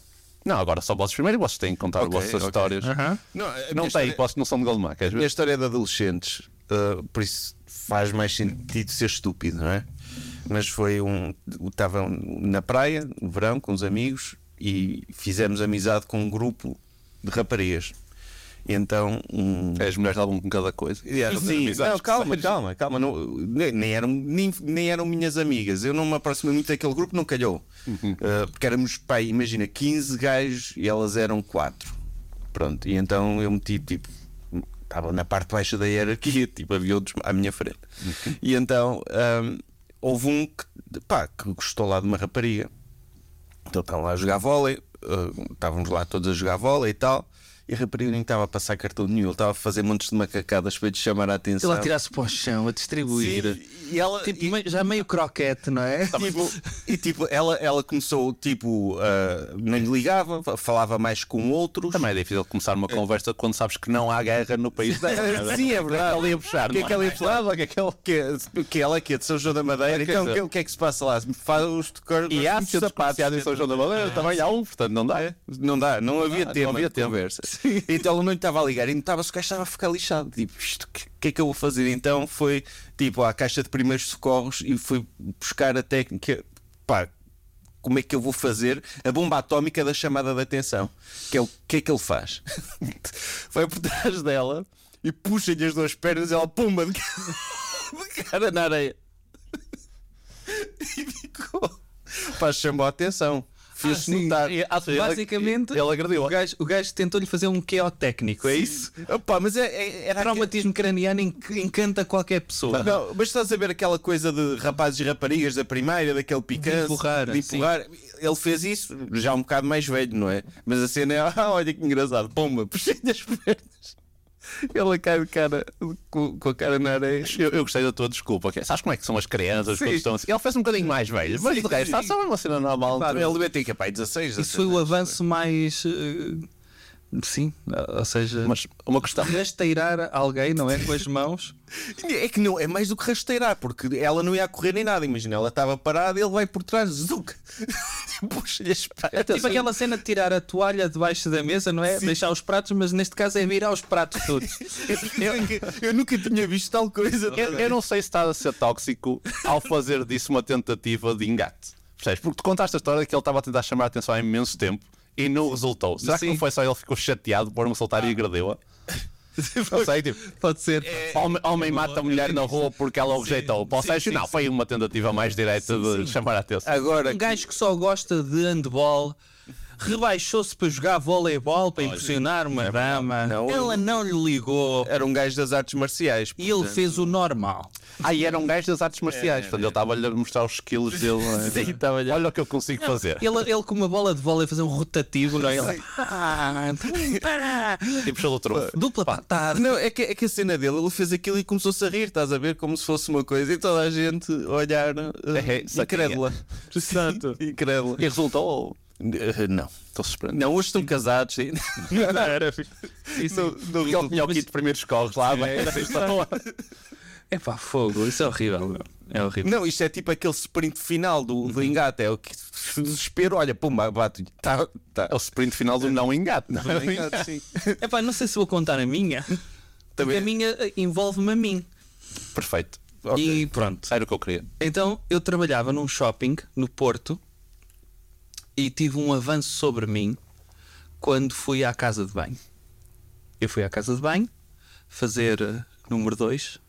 [SPEAKER 6] Não, agora só vocês primeiro, vocês têm que contar
[SPEAKER 3] Ok,
[SPEAKER 6] as vossas
[SPEAKER 3] ok.
[SPEAKER 6] histórias.
[SPEAKER 3] Não, a minha
[SPEAKER 6] Não
[SPEAKER 3] história-
[SPEAKER 5] é-
[SPEAKER 6] têm, vocês não são de Goldman, queres
[SPEAKER 3] Minha
[SPEAKER 6] ver?
[SPEAKER 3] história é de adolescentes, uh, por isso faz mais sentido ser estúpido, não é? Mas foi um. Estavam na praia, no verão, com os amigos e fizemos amizade com um grupo de raparigas. E então. Um...
[SPEAKER 6] É As mulheres davam com cada coisa.
[SPEAKER 3] E era- Sim, não, calma, calma, calma. não- nem, nem eram, nem, nem eram minhas amigas. Eu não me aproximei muito daquele grupo, não calhou. Uh, porque éramos, pai, imagina, 15 gajos e elas eram 4. Pronto, e então eu meti tipo. Estava na parte baixa da hierarquia, tipo, havia outros à minha frente. E então hum, houve um que, pá, que gostou lá de uma rapariga. Então estavam lá a jogar vôlei, eh, estávamos lá todos a jogar vôlei e tal. E a rapariga nem estava a passar cartão nenhum, ele estava a fazer montes de macacadas para lhe chamar a atenção.
[SPEAKER 5] Ele a tirar-se para o chão, a distribuir.
[SPEAKER 3] Sim, e ela-
[SPEAKER 5] Tipo,
[SPEAKER 3] e-
[SPEAKER 5] meio- já meio croquete, não é?
[SPEAKER 3] Tipo, e tipo, ela, ela começou, tipo, ah, não lhe ligava, falava mais com outros.
[SPEAKER 6] Também é difícil começar uma conversa quando sabes que não há guerra no país.
[SPEAKER 3] Sim, é verdade.
[SPEAKER 6] Ela ia puxar,
[SPEAKER 3] O que é
[SPEAKER 6] não
[SPEAKER 3] que
[SPEAKER 6] é?
[SPEAKER 3] ela ia puxar? O que é que ela- que- que ela que é de São João da Madeira? Então, o que- o que é que se passa lá? Faz os tocar-
[SPEAKER 6] E há
[SPEAKER 3] os
[SPEAKER 6] muitos
[SPEAKER 3] sapatos.
[SPEAKER 6] sapatos e há de São João da Madeira, também há um, portanto não dá. é?
[SPEAKER 3] Não dá, não havia
[SPEAKER 6] dá,
[SPEAKER 3] tema.
[SPEAKER 6] não havia
[SPEAKER 3] de
[SPEAKER 6] tema.
[SPEAKER 3] Conversa. Então ele não lhe estava a ligar e notava-se que o gajo estava a ficar lixado. Tipo, isto, o que, que é que eu vou fazer? Então foi tipo à caixa de primeiros socorros e foi buscar a técnica. Pá, como é que eu vou fazer a bomba atómica da chamada de atenção? Que é o que é que ele faz? Vai por trás dela e puxa-lhe as duas pernas e ela pumba de cara, de cara na areia. E ficou. Pá, chamou a atenção. Fez-se
[SPEAKER 5] sim.
[SPEAKER 3] notar.
[SPEAKER 5] E- ah, sim, ele- Basicamente,
[SPEAKER 6] ele agrediu.
[SPEAKER 5] o gajo, o gajo tentou-lhe fazer um QO técnico, é isso?
[SPEAKER 3] Opa, mas é- é- era aquele-
[SPEAKER 5] Traumatismo craniano enc- encanta qualquer pessoa.
[SPEAKER 3] Não, mas estás a ver aquela coisa de rapazes e raparigas da primeira, daquele picante,
[SPEAKER 5] empurrar,
[SPEAKER 3] Ele fez isso já um bocado mais velho, não é? Mas a cena é, ah, olha que engraçado, pomba, puxei-lhe as pernas. Ele cai de cara, com, com a cara na areia.
[SPEAKER 6] Eu, eu gostei da tua desculpa. ok? Sabes como é que são as crianças? Quando estão assim? Ele fez um bocadinho mais velho, mas o gajo está só uma cena normal.
[SPEAKER 3] Ele deve
[SPEAKER 6] é
[SPEAKER 3] ter capaz 16,
[SPEAKER 5] Isso foi o avanço mais. eh, sim, ou seja,
[SPEAKER 6] Mas uma questão.
[SPEAKER 5] rasteirar alguém, não é? Com as mãos.
[SPEAKER 3] É que não, é mais do que rasteirar, porque ela não ia a correr nem nada, imagina, ela estava parada ele vai por trás, zuc, Tipo, puxa-lhe as pernas.
[SPEAKER 5] Tipo aquela cena de tirar a toalha debaixo da mesa, não é? Deixar os pratos, mas neste caso é virar os pratos todos.
[SPEAKER 3] Eu, eu nunca tinha visto tal coisa.
[SPEAKER 6] Eu, eu não sei se está a ser tóxico ao fazer disso uma tentativa de engate. Percebes? Porque tu contaste a história que ele estava a tentar chamar a atenção há imenso tempo e não resultou. Será que
[SPEAKER 5] Sim.
[SPEAKER 6] não foi só ele que ficou chateado por me soltar e agradeu-a? Não sei, tipo,
[SPEAKER 5] Pode ser.
[SPEAKER 6] homem, homem mata mulher na rua porque ela o rejeitou. Para o Sérgio, não, foi uma tentativa mais direta de chamar a atenção.
[SPEAKER 3] Agora,
[SPEAKER 5] Um gajo que só gosta de handball rebaixou-se para jogar voleibol para impressionar uma dama.
[SPEAKER 3] Não, eu-
[SPEAKER 5] Ela não lhe ligou
[SPEAKER 3] era um gajo das artes marciais.
[SPEAKER 5] e ele fez o normal.
[SPEAKER 6] Ah, e era um gajo das artes marciais. Portanto, ele estava-lhe a mostrar os skills dele. não é? Olha o que eu consigo fazer.
[SPEAKER 5] Ele, ele com uma bola de vôlei fazer um rotativo, não é? Ele, ah, para.
[SPEAKER 6] Tipo, pelo trunfo.
[SPEAKER 5] Dupla patada.
[SPEAKER 3] Não, é que, é que a cena dele, ele fez aquilo e começou-se a rir, estás a ver? Como se fosse uma coisa e toda a gente olhar uh,
[SPEAKER 6] É,
[SPEAKER 3] incrédula. Santo. incrédula.
[SPEAKER 6] E resultou. Então
[SPEAKER 3] Eh, Não.
[SPEAKER 6] Estou surpreendido.
[SPEAKER 3] Não, hoje estão casados. sim.
[SPEAKER 6] Não, ele tinha o kit de primeiros corres lá, bem, era isto.
[SPEAKER 3] Então,
[SPEAKER 5] É pá, fogo, isso é horrível. meu. É horrível.
[SPEAKER 3] Não, isto é tipo aquele sprint final do, do engate. É o que desespero, olha, pumba, bato-lhe. Tá, tá.
[SPEAKER 6] É o sprint final do não engate. não é?
[SPEAKER 5] É pá, não sei se vou contar a minha. Também. A minha eh, envolve-me a mim.
[SPEAKER 6] Perfeito.
[SPEAKER 5] E pronto.
[SPEAKER 6] Era o que eu queria.
[SPEAKER 5] Então eu trabalhava num shopping no Porto e tive um avanço sobre mim quando fui à casa de banho. Eu fui à casa de banho fazer eh, número 2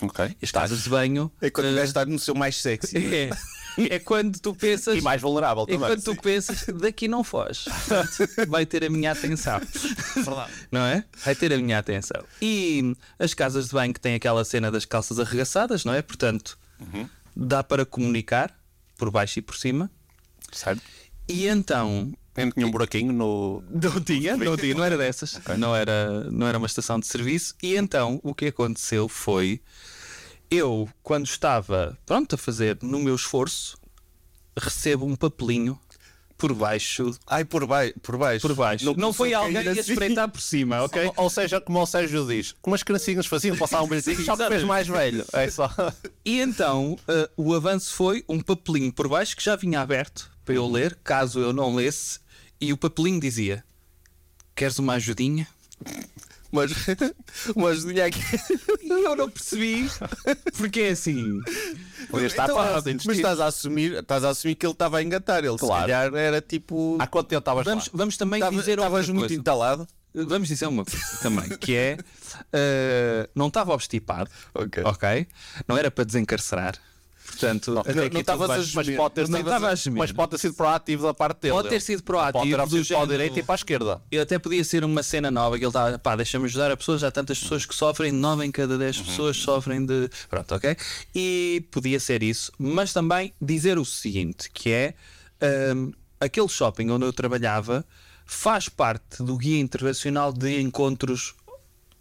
[SPEAKER 6] Ok.
[SPEAKER 5] e as casas de banho.
[SPEAKER 3] É quando o
[SPEAKER 5] eh,
[SPEAKER 3] gajo está no seu mais sexy.
[SPEAKER 5] é, é quando tu pensas.
[SPEAKER 6] E mais vulnerável
[SPEAKER 5] É
[SPEAKER 6] também.
[SPEAKER 5] quando tu pensas, daqui não foge. Portanto, Vai ter a minha atenção. Não é? Vai ter a minha atenção. E as casas de banho que têm aquela cena das calças arregaçadas, não é? Portanto,
[SPEAKER 6] Uhum.
[SPEAKER 5] dá para comunicar por baixo e por cima.
[SPEAKER 6] Certo?
[SPEAKER 5] E então.
[SPEAKER 6] Ainda tinha um buraquinho no.
[SPEAKER 5] Não tinha, não tinha, não era dessas. Não, era, não era uma estação de serviço. E então o que aconteceu foi. eu, quando estava pronto a fazer no meu esforço, recebo um papelinho por baixo.
[SPEAKER 3] Ai, por, bai por baixo.
[SPEAKER 5] Por baixo. Não, foi
[SPEAKER 3] começou a
[SPEAKER 5] alguém a
[SPEAKER 3] cair assim.
[SPEAKER 5] espreitar por cima, ok?
[SPEAKER 6] Ou, ou seja, como o Sérgio diz, como as criancinhas faziam, passavam um beijinho, já depois mais velho. É só.
[SPEAKER 5] E então eh, o avanço foi um papelinho por baixo que já vinha aberto para eu ler, caso eu não lesse, e o papelinho dizia: Queres uma ajudinha?
[SPEAKER 3] Mas, mas tinha aqui.
[SPEAKER 5] E eu não percebi, porque é assim.
[SPEAKER 6] Podias estar
[SPEAKER 3] Então,
[SPEAKER 6] parado,
[SPEAKER 3] mas
[SPEAKER 6] intestino.
[SPEAKER 3] estás a, assumir, estás a assumir que ele estava a engatar. Ele,
[SPEAKER 6] Claro.
[SPEAKER 3] se calhar, era tipo.
[SPEAKER 6] Há quanto tempo estavas
[SPEAKER 5] Vamos,
[SPEAKER 6] lá?
[SPEAKER 5] vamos também
[SPEAKER 3] Estava-
[SPEAKER 5] dizer outra
[SPEAKER 3] Estavas muito
[SPEAKER 5] coisa.
[SPEAKER 3] entalado.
[SPEAKER 5] Vamos dizer uma coisa também, que é eh, não estava obstipado,
[SPEAKER 3] Ok.
[SPEAKER 5] ok? Não era para desencarcerar. Portanto, até
[SPEAKER 6] não-
[SPEAKER 5] aqui tudo
[SPEAKER 6] não estavas
[SPEAKER 5] bem.
[SPEAKER 6] a gemer.
[SPEAKER 5] não estava a gemer.
[SPEAKER 6] Mas pode ter sido proativo da parte dele.
[SPEAKER 5] Pode assim. ter sido proativo,
[SPEAKER 6] Pode ter
[SPEAKER 5] do
[SPEAKER 6] sido para a
[SPEAKER 5] género-
[SPEAKER 6] direita e para a esquerda.
[SPEAKER 5] E até podia ser uma cena nova que ele estava, pá, deixa-me ajudar a pessoas. Há tantas pessoas que sofrem, 9 em cada 10 pessoas sofrem de. Pronto, ok? E podia ser isso, mas também dizer o seguinte: que é hum, aquele shopping onde eu trabalhava faz parte do Guia Internacional de Encontros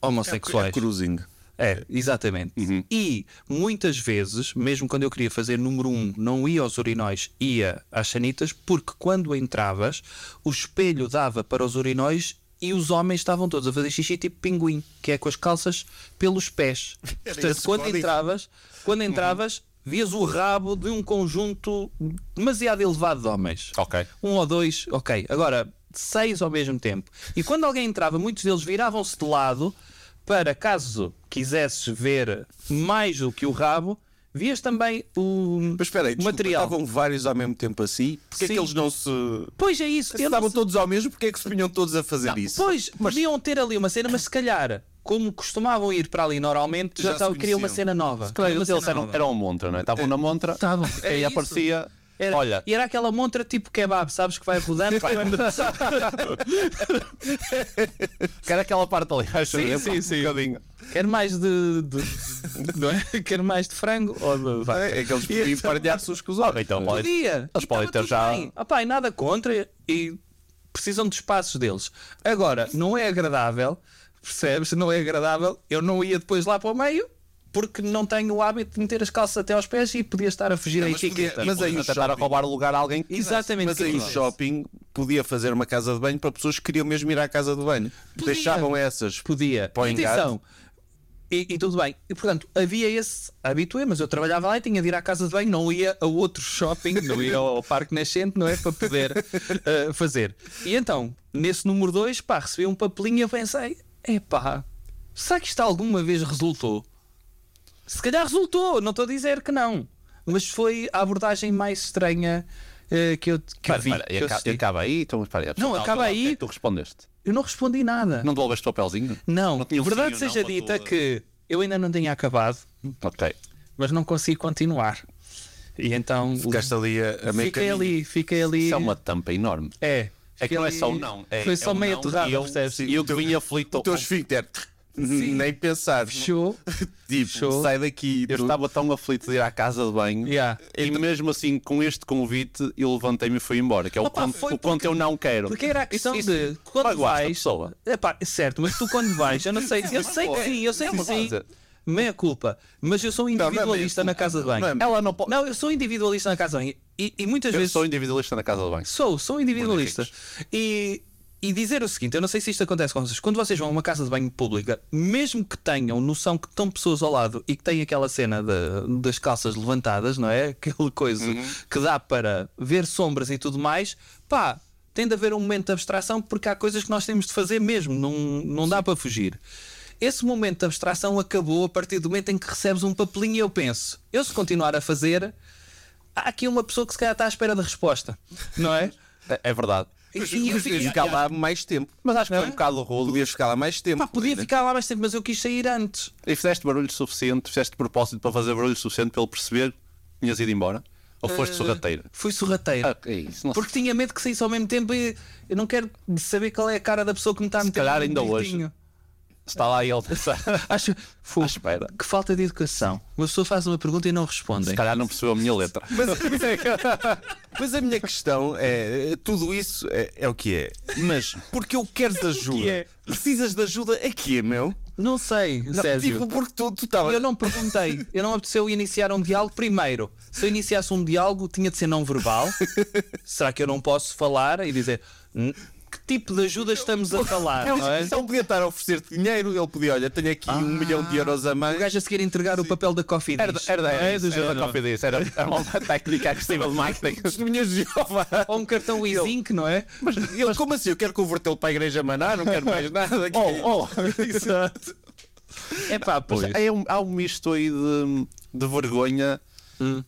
[SPEAKER 5] Homossexuais.
[SPEAKER 3] Cruising.
[SPEAKER 5] É, exatamente. E muitas vezes, mesmo quando eu queria fazer número um, não ia aos urinóis, ia às sanitas, porque quando entravas, o espelho dava para os urinóis e os homens estavam todos a fazer xixi tipo pinguim, que é com as calças pelos pés. Portanto,
[SPEAKER 3] esse
[SPEAKER 5] quando
[SPEAKER 3] código.
[SPEAKER 5] entravas, quando entravas, vias o rabo de um conjunto demasiado elevado de homens.
[SPEAKER 6] Ok.
[SPEAKER 5] Um ou dois, ok. Agora, seis ao mesmo tempo. E quando alguém entrava, muitos deles viravam-se de lado para caso quisesses ver mais do que o rabo, vias também o,
[SPEAKER 3] Mas espera aí,
[SPEAKER 5] o
[SPEAKER 3] desculpa,
[SPEAKER 5] material.
[SPEAKER 3] estavam vários ao mesmo tempo assim. Porquê é
[SPEAKER 5] Sim.
[SPEAKER 3] que eles não se.
[SPEAKER 5] Pois é isso.
[SPEAKER 3] Se
[SPEAKER 5] eles-
[SPEAKER 3] estavam todos ao mesmo, porquê é que se punham todos a fazer isso?
[SPEAKER 5] Pois, podiam ter ali uma cena, mas se calhar, como costumavam ir para ali normalmente, já,
[SPEAKER 3] Já se
[SPEAKER 5] estavam- queriam uma
[SPEAKER 3] conheciam.
[SPEAKER 5] cena nova. Uma
[SPEAKER 6] Eles
[SPEAKER 5] cena
[SPEAKER 6] eram,
[SPEAKER 5] nova.
[SPEAKER 6] eram montra, não é? Estavam na montra.
[SPEAKER 5] Estavam.
[SPEAKER 6] E
[SPEAKER 5] Era isso.
[SPEAKER 6] aparecia.
[SPEAKER 5] Era-
[SPEAKER 6] Olha,
[SPEAKER 5] E era aquela montra tipo kebab, sabes? Que vai rodando. vai rodando.
[SPEAKER 6] quer aquela parte ali. Acho
[SPEAKER 5] Sim,
[SPEAKER 6] eu,
[SPEAKER 5] sim,
[SPEAKER 6] um
[SPEAKER 5] sim.
[SPEAKER 6] bocadinho.
[SPEAKER 5] Quero mais de. de- não é? Quero mais de frango ou de vaca.
[SPEAKER 3] É, é que eles podiam partilhar-se uns com os outros.
[SPEAKER 6] Então, olha,
[SPEAKER 5] Podia!
[SPEAKER 6] Eles
[SPEAKER 5] Estava
[SPEAKER 6] podem ter
[SPEAKER 5] tudo
[SPEAKER 6] já-
[SPEAKER 5] bem. Ah pá, e nada contra e precisam dos espaços deles. Agora, não é agradável, percebes? Não é agradável. Eu não ia depois lá para o meio porque não tenho o hábito de meter as calças até aos pés e podia estar a
[SPEAKER 6] É,
[SPEAKER 5] fugir à
[SPEAKER 3] mas podia-
[SPEAKER 5] etiqueta.
[SPEAKER 3] mas aí
[SPEAKER 6] a
[SPEAKER 3] o
[SPEAKER 6] tentar
[SPEAKER 3] shopping-
[SPEAKER 6] roubar lugar a alguém que
[SPEAKER 5] Exatamente.
[SPEAKER 3] Mas
[SPEAKER 5] o que é
[SPEAKER 3] aí
[SPEAKER 5] que
[SPEAKER 3] o
[SPEAKER 5] acontece?
[SPEAKER 3] shopping podia fazer uma casa de banho para pessoas que queriam mesmo ir à casa de banho.
[SPEAKER 5] Podia.
[SPEAKER 3] Deixavam
[SPEAKER 6] é?
[SPEAKER 3] essas.
[SPEAKER 5] Podia.
[SPEAKER 3] Põe em casa.
[SPEAKER 5] Atenção. E, e tudo bem. E portanto, havia esse habitué, mas eu trabalhava lá e tinha de ir à casa de banho, não ia a outro shopping, não ia ao Parque Nascente, não é? Para poder eh, fazer. E então, nesse número 2, pá, recebi um papelinho e eu pensei: epá, será que isto alguma vez resultou? Se calhar resultou, não estou a dizer que não. Mas foi a abordagem mais estranha eh, que eu, que eu
[SPEAKER 6] Espera,
[SPEAKER 5] vi.
[SPEAKER 6] espera,
[SPEAKER 5] que
[SPEAKER 6] e
[SPEAKER 5] eu
[SPEAKER 6] aca-
[SPEAKER 5] assisti.
[SPEAKER 6] e acaba aí, então espera aí.
[SPEAKER 5] Não,
[SPEAKER 6] Então,
[SPEAKER 5] acaba
[SPEAKER 6] então, o que
[SPEAKER 5] aí.
[SPEAKER 6] é que Tu respondeste.
[SPEAKER 5] Eu não respondi nada.
[SPEAKER 6] Não devolveste o papelzinho?
[SPEAKER 5] Não,
[SPEAKER 6] tinha um
[SPEAKER 5] verdade
[SPEAKER 6] fio,
[SPEAKER 5] seja
[SPEAKER 6] não,
[SPEAKER 5] dita
[SPEAKER 6] botou-
[SPEAKER 5] que eu ainda não tinha acabado,
[SPEAKER 6] Ok.
[SPEAKER 5] mas não consegui continuar. E então
[SPEAKER 3] Ficaste ali a, a meio
[SPEAKER 5] fiquei
[SPEAKER 3] caminho.
[SPEAKER 5] ali, fiquei ali.
[SPEAKER 6] Isso é uma tampa enorme.
[SPEAKER 5] É,
[SPEAKER 6] É que
[SPEAKER 5] fiquei
[SPEAKER 6] não é
[SPEAKER 5] ali-
[SPEAKER 6] só o não. É,
[SPEAKER 5] foi
[SPEAKER 6] é
[SPEAKER 5] só
[SPEAKER 6] o
[SPEAKER 5] meio
[SPEAKER 6] não
[SPEAKER 5] aterrado,
[SPEAKER 6] E eu,
[SPEAKER 5] percebes?
[SPEAKER 6] e eu que vim aflito.
[SPEAKER 3] O teu esfíncter. Nem pensar.
[SPEAKER 5] Fechou.
[SPEAKER 3] Tipo,
[SPEAKER 5] Fechou.
[SPEAKER 3] sai daqui.
[SPEAKER 6] Eu
[SPEAKER 3] tu-
[SPEAKER 6] estava tão aflito de ir à casa de banho.
[SPEAKER 5] Yeah.
[SPEAKER 6] E mesmo assim, com este convite, eu levantei-me e fui embora. Que é o
[SPEAKER 5] Opa,
[SPEAKER 6] quanto
[SPEAKER 5] foi
[SPEAKER 6] o quanto eu não quero.
[SPEAKER 5] Porque era a questão
[SPEAKER 6] Isso- isso
[SPEAKER 5] de quando
[SPEAKER 6] magoaste a
[SPEAKER 5] vais.
[SPEAKER 6] pessoa.
[SPEAKER 5] Epá, é certo, mas tu quando vais, eu não sei, eu sei que sim, eu sei que sim.
[SPEAKER 6] coisa.
[SPEAKER 5] Meia culpa, mas eu sou individualista na casa de banho.
[SPEAKER 6] é não é- Ela não pode-
[SPEAKER 5] eu sou individualista na casa de banho. E, e muitas
[SPEAKER 6] Eu
[SPEAKER 5] vezes
[SPEAKER 6] sou individualista na casa de banho.
[SPEAKER 5] Sou, sou um individualista. E, e dizer o seguinte: eu não sei se isto acontece com vocês. Quando vocês vão a uma casa de banho pública, mesmo que tenham noção que estão pessoas ao lado e que têm aquela cena da- das calças levantadas, não é? Aquele coisa que dá para ver sombras e tudo mais, pá. Tem de haver um momento de abstração porque há coisas que nós temos de fazer mesmo, não, não dá para fugir. Esse momento de abstração acabou a partir do momento em que recebes um papelinho e eu penso: eu se continuar a fazer, há aqui uma pessoa que se calhar está à espera da resposta, não é?
[SPEAKER 6] É- É verdade.
[SPEAKER 5] E-
[SPEAKER 3] Mas
[SPEAKER 5] e eu
[SPEAKER 3] podias
[SPEAKER 5] fiquei-
[SPEAKER 3] ficar lá mais tempo.
[SPEAKER 6] Mas acho que foi um bocado rude.
[SPEAKER 3] Podias ficar lá mais tempo.
[SPEAKER 5] Pá, podia ficar lá mais tempo, mas eu quis sair antes.
[SPEAKER 6] E fizeste barulho suficiente, fizeste de propósito para fazer barulho suficiente para ele perceber que tinhas ido embora? Ou foste sorrateira?
[SPEAKER 5] Fui sorrateiro.
[SPEAKER 6] Ah, é isso, não sei.
[SPEAKER 5] porque tinha medo que saísse ao mesmo tempo e eu não quero saber qual é a cara da pessoa que me está a meter.
[SPEAKER 6] calhar
[SPEAKER 5] um
[SPEAKER 6] ainda hoje.
[SPEAKER 5] gritinho.
[SPEAKER 6] Está lá e ele pensar.
[SPEAKER 5] Acho. Fu,
[SPEAKER 6] À espera.
[SPEAKER 5] Que falta de educação. Uma pessoa faz uma pergunta e não respondem.
[SPEAKER 6] Se calhar não percebeu a minha letra.
[SPEAKER 3] Mas a minha questão é: é, tudo
[SPEAKER 5] é.
[SPEAKER 3] isso é, é o que é. Mas porque eu queres ajuda? Precisas de ajuda aqui, meu?
[SPEAKER 5] Não sei, Sérgio.
[SPEAKER 3] Tipo, porque tu estavas.
[SPEAKER 5] Eu não perguntei. Eu não me apeteceu iniciar um diálogo primeiro. Se eu iniciasse um diálogo, tinha de ser não verbal. Será que eu não posso falar e dizer "Hum, que tipo de ajuda estamos a falar? não é?
[SPEAKER 3] um Ele não podia estar a oferecer dinheiro, ele podia, olha, tenho aqui um milhão de euros a
[SPEAKER 5] O
[SPEAKER 3] mais.
[SPEAKER 5] gajo a seguir entregar o papel da Coffee
[SPEAKER 6] Era,
[SPEAKER 5] Dish. é
[SPEAKER 6] era, era, era, era, cópia disso, era a malta técnica agressiva de marketing.
[SPEAKER 3] Testemunhas de Jeová.
[SPEAKER 5] Ou um cartão Wizink, não é?
[SPEAKER 3] Mas ele, como assim? Eu quero convertê-lo para a igreja Maná, não quero mais nada. Oh, oh. Exato.
[SPEAKER 5] É pá,
[SPEAKER 6] Mas
[SPEAKER 5] pois.
[SPEAKER 6] é um- há um misto aí de, de vergonha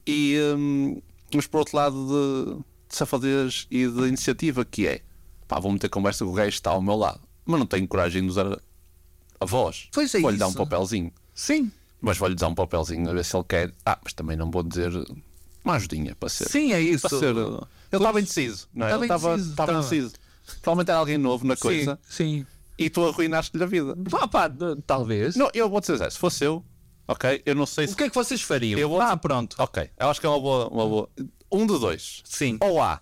[SPEAKER 6] e hum, mas por outro lado de, de safadez e de iniciativa que é pá, vou meter conversa com o gajo que está ao meu lado, mas não tenho coragem de usar a, a voz.
[SPEAKER 5] Pois é
[SPEAKER 6] vou-lhe dar um
[SPEAKER 5] isso.
[SPEAKER 6] papelzinho.
[SPEAKER 5] Sim.
[SPEAKER 6] Mas vou-lhe dar um papelzinho a ver se ele quer. Ah, mas também não vou dizer uma ajudinha para ser.
[SPEAKER 5] Sim, é isso.
[SPEAKER 6] para ser. Ele estava indeciso, não é?
[SPEAKER 5] Estava
[SPEAKER 6] Ele estava
[SPEAKER 5] indeciso,
[SPEAKER 6] estava
[SPEAKER 5] estava.
[SPEAKER 6] indeciso. Provavelmente era alguém novo na coisa
[SPEAKER 5] Sim.
[SPEAKER 6] e tu arruinaste-lhe a vida.
[SPEAKER 5] Pá, pá, d- talvez.
[SPEAKER 6] Não, eu vou dizer, se fosse eu, ok, eu não sei se
[SPEAKER 5] O que é que vocês fariam?
[SPEAKER 6] Eu vou-
[SPEAKER 5] Ah, pronto.
[SPEAKER 6] Ok, eu acho que é uma boa. Uma boa. Um de dois.
[SPEAKER 5] Sim.
[SPEAKER 6] Ou A.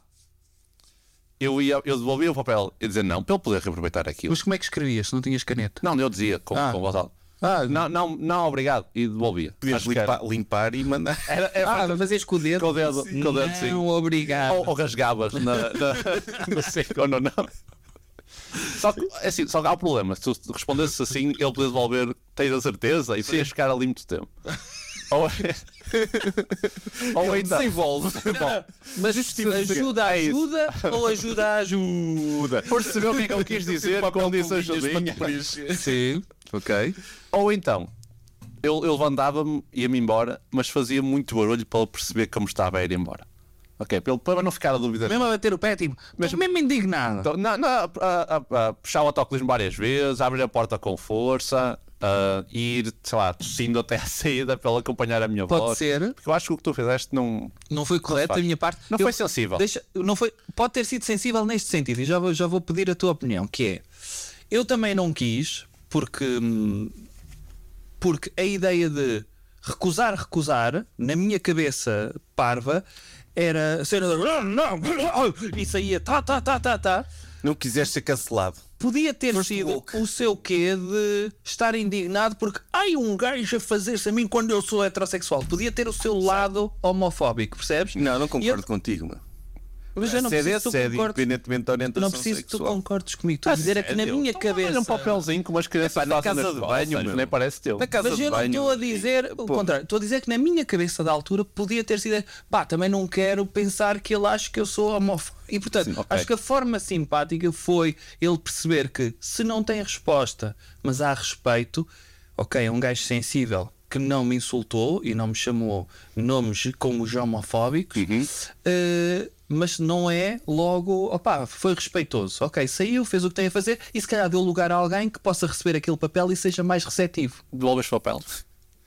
[SPEAKER 6] Eu, ia, eu devolvia o papel e dizer não, para ele poder reaproveitar aquilo.
[SPEAKER 5] Mas como é que escrevias se não tinhas caneta?
[SPEAKER 6] Não, eu dizia com,
[SPEAKER 5] Ah.
[SPEAKER 6] com voz alta.
[SPEAKER 5] Ah.
[SPEAKER 6] não, não, não, obrigado. E devolvia.
[SPEAKER 3] Podias
[SPEAKER 6] Acho que era.
[SPEAKER 3] limpar, limpar e mandar.
[SPEAKER 6] Era- era-
[SPEAKER 5] Ah, fazias com o dedo?
[SPEAKER 6] Com o dedo, com o dedo, sim.
[SPEAKER 5] Não, obrigado.
[SPEAKER 6] ou, ou rasgavas na, na, no seco ou não, não. Só que, é assim, só que há um problema. Se tu respondesses assim, ele podia devolver, tens a certeza, e podias ficar ali muito tempo. Ou, é- ou ainda. Desenvolve.
[SPEAKER 5] Mas ajuda a ajuda ou ajuda a ajuda?
[SPEAKER 6] Percebeu o que é que eu quis dizer quando disse ajudinha?
[SPEAKER 5] Sim.
[SPEAKER 6] Ok. Ou então, eu, eu levantava-me, ia-me embora, mas fazia muito barulho para ele perceber como estava a ir embora. Ok, para, ele, para não ficar a dúvida.
[SPEAKER 5] Mesmo a bater o pé, tipo, mas mesmo indignado.
[SPEAKER 6] Então, não, não, a, a- a- puxar o autocolismo várias vezes, abrir a porta com força, ah, ir, sei lá, tossindo até à saída para ele acompanhar a minha
[SPEAKER 5] Pode
[SPEAKER 6] voz.
[SPEAKER 5] ser.
[SPEAKER 6] Porque eu acho que o que tu fizeste não.
[SPEAKER 5] Não foi correto da
[SPEAKER 6] faz.
[SPEAKER 5] minha parte.
[SPEAKER 6] Não foi sensível.
[SPEAKER 5] Deixa, não foi, pode ter sido sensível neste sentido, e já vou, já vou pedir a tua opinião, que é eu também não quis, porque, hum, porque a ideia de recusar, recusar, na minha cabeça parva, era a cena de "Ah, não, e saía tá, tá, tá, tá, tá.
[SPEAKER 3] Não quiseste ser cancelado.
[SPEAKER 5] Podia ter sido o seu quê de estar indignado porque ai um gajo a fazer-se a mim quando eu sou heterossexual. Podia ter o seu lado homofóbico, percebes?
[SPEAKER 3] Não, não concordo
[SPEAKER 5] E eu-
[SPEAKER 3] contigo, meu.
[SPEAKER 5] Mas eu não
[SPEAKER 3] Assédio é
[SPEAKER 5] preciso que tu
[SPEAKER 3] assédio,
[SPEAKER 5] concordes.
[SPEAKER 3] independentemente da orientação
[SPEAKER 5] Não preciso que tu
[SPEAKER 3] sexual.
[SPEAKER 5] concordes comigo. Estou a dizer é que na minha cabeça.
[SPEAKER 6] Olha um papelzinho com umas crianças
[SPEAKER 3] na
[SPEAKER 6] fazem
[SPEAKER 3] casa
[SPEAKER 6] as
[SPEAKER 3] de
[SPEAKER 6] costas,
[SPEAKER 3] banho, meu.
[SPEAKER 6] Nem parece teu.
[SPEAKER 3] Na casa
[SPEAKER 5] Mas
[SPEAKER 3] de
[SPEAKER 5] eu não
[SPEAKER 3] banho.
[SPEAKER 5] estou a dizer o contrário. Estou a dizer que na minha cabeça da altura podia ter sido. Pá, também não quero pensar que ele acha que eu sou homofóbico. E portanto, acho que a forma simpática foi ele perceber que se não tem resposta, mas há respeito, ok, é um gajo sensível que não me insultou e não me chamou nomes como os homofóbicos, eh, mas não é logo, opá, foi respeitoso. Ok, saiu, fez o que tem a fazer e se calhar deu lugar a alguém que possa receber aquele papel e seja mais receptivo.
[SPEAKER 6] Devolves papel.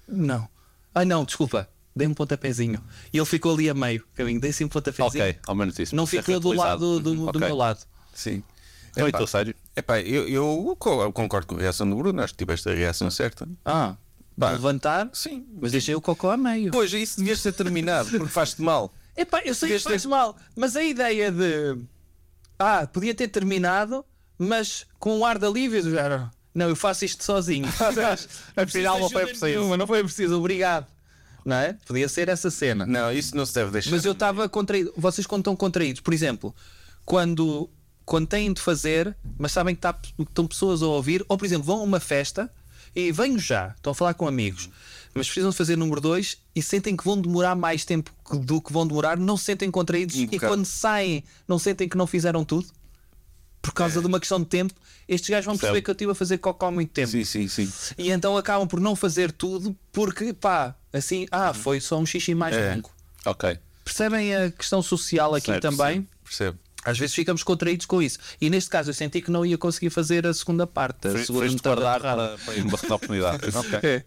[SPEAKER 5] Não. Ah, não, desculpa. Dei um pontapézinho. E ele ficou ali a meio caminho. Dei-se um pontapézinho.
[SPEAKER 6] Ok, ao menos isso.
[SPEAKER 5] Não
[SPEAKER 6] Pode ser
[SPEAKER 5] ficou do lado do, do
[SPEAKER 6] Ok.
[SPEAKER 5] meu lado.
[SPEAKER 3] Sim.
[SPEAKER 6] Então,
[SPEAKER 3] Epá.
[SPEAKER 6] então, sério.
[SPEAKER 3] Epá, eu, eu co- eu concordo com a reação do Bruno, acho que tiveste a reação certa.
[SPEAKER 5] Ah,
[SPEAKER 3] Pá.
[SPEAKER 5] levantar.
[SPEAKER 3] Sim.
[SPEAKER 5] Mas deixei o cocô a meio.
[SPEAKER 3] Pois, isso devias ter terminado, porque faz-te mal.
[SPEAKER 5] Epá, eu sei que
[SPEAKER 3] Este-
[SPEAKER 5] faz mal, mas a ideia de. Ah, podia ter terminado, mas com um ar de alívio do género. Não, eu faço isto sozinho.
[SPEAKER 6] Afinal, não foi
[SPEAKER 5] Ajuda
[SPEAKER 6] preciso.
[SPEAKER 5] nenhuma, não foi preciso, obrigado. Não é? Podia ser essa cena.
[SPEAKER 3] Não, isso não se deve deixar.
[SPEAKER 5] Mas eu estava contraído. Vocês quando estão contraídos, por exemplo, quando, quando têm de fazer, mas sabem que tá- que estão pessoas a ouvir, ou por exemplo, vão a uma festa e venho já, estão a falar com amigos, mas precisam de fazer número 2 e sentem que vão demorar mais tempo que- do que vão demorar, não se sentem contraídos
[SPEAKER 3] Um
[SPEAKER 5] e
[SPEAKER 3] bocado.
[SPEAKER 5] quando saem, não sentem que não fizeram tudo. Por causa de uma questão de tempo, estes gajos vão perceber
[SPEAKER 6] Percebo.
[SPEAKER 5] que eu estive a fazer cocó há muito tempo.
[SPEAKER 3] Sim, sim, sim.
[SPEAKER 5] E então acabam por não fazer tudo porque, pá, assim, ah, foi só um xixi mais
[SPEAKER 3] É.
[SPEAKER 5] longo.
[SPEAKER 6] Ok.
[SPEAKER 5] Percebem a questão social aqui
[SPEAKER 6] Certo,
[SPEAKER 5] também?
[SPEAKER 3] Percebe?
[SPEAKER 5] Às vezes ficamos contraídos com isso. E neste caso eu senti que não ia conseguir fazer a segunda parte. A segunda
[SPEAKER 6] Foste
[SPEAKER 5] metade
[SPEAKER 6] guardar
[SPEAKER 5] da
[SPEAKER 6] para, para uma segunda oportunidade. ok.
[SPEAKER 5] É.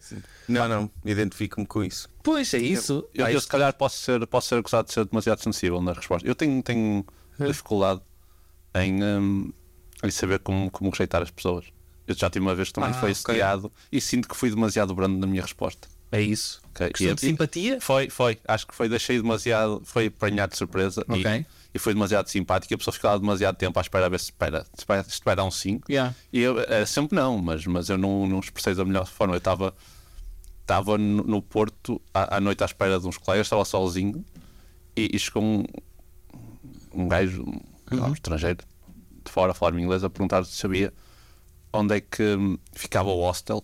[SPEAKER 3] Não, não, identifico-me com isso.
[SPEAKER 5] Pois é isso.
[SPEAKER 6] Eu,
[SPEAKER 5] Ah,
[SPEAKER 6] eu,
[SPEAKER 5] isso-
[SPEAKER 6] se calhar posso ser, posso ser acusado de ser demasiado sensível na resposta. Eu tenho, tenho
[SPEAKER 5] É.
[SPEAKER 6] dificuldade em, hum, em saber como, como rejeitar as pessoas. Eu já tive uma vez que também
[SPEAKER 5] Ah, ok.
[SPEAKER 6] foi assediado e sinto que fui demasiado brando na minha resposta.
[SPEAKER 5] É isso.
[SPEAKER 6] Ok,
[SPEAKER 5] Questão
[SPEAKER 6] e-
[SPEAKER 5] de simpatia?
[SPEAKER 6] Foi, foi. Acho que foi, deixei demasiado, foi apanhado de surpresa. e-
[SPEAKER 5] Ok.
[SPEAKER 6] E, e foi demasiado simpático e a pessoa ficava demasiado tempo à espera a ver se espera, se vai- isto vai dar um 5.
[SPEAKER 5] Yeah.
[SPEAKER 6] E eu, é, sempre não, mas, mas eu não, não expressei da melhor forma. Eu estava estava no, no Porto à, à noite à espera de uns colegas, estava sozinho e, e chegou um, um gajo, um, sei lá, um estrangeiro, de fora a falar inglês, a perguntar se sabia onde é que hum, ficava o hostel.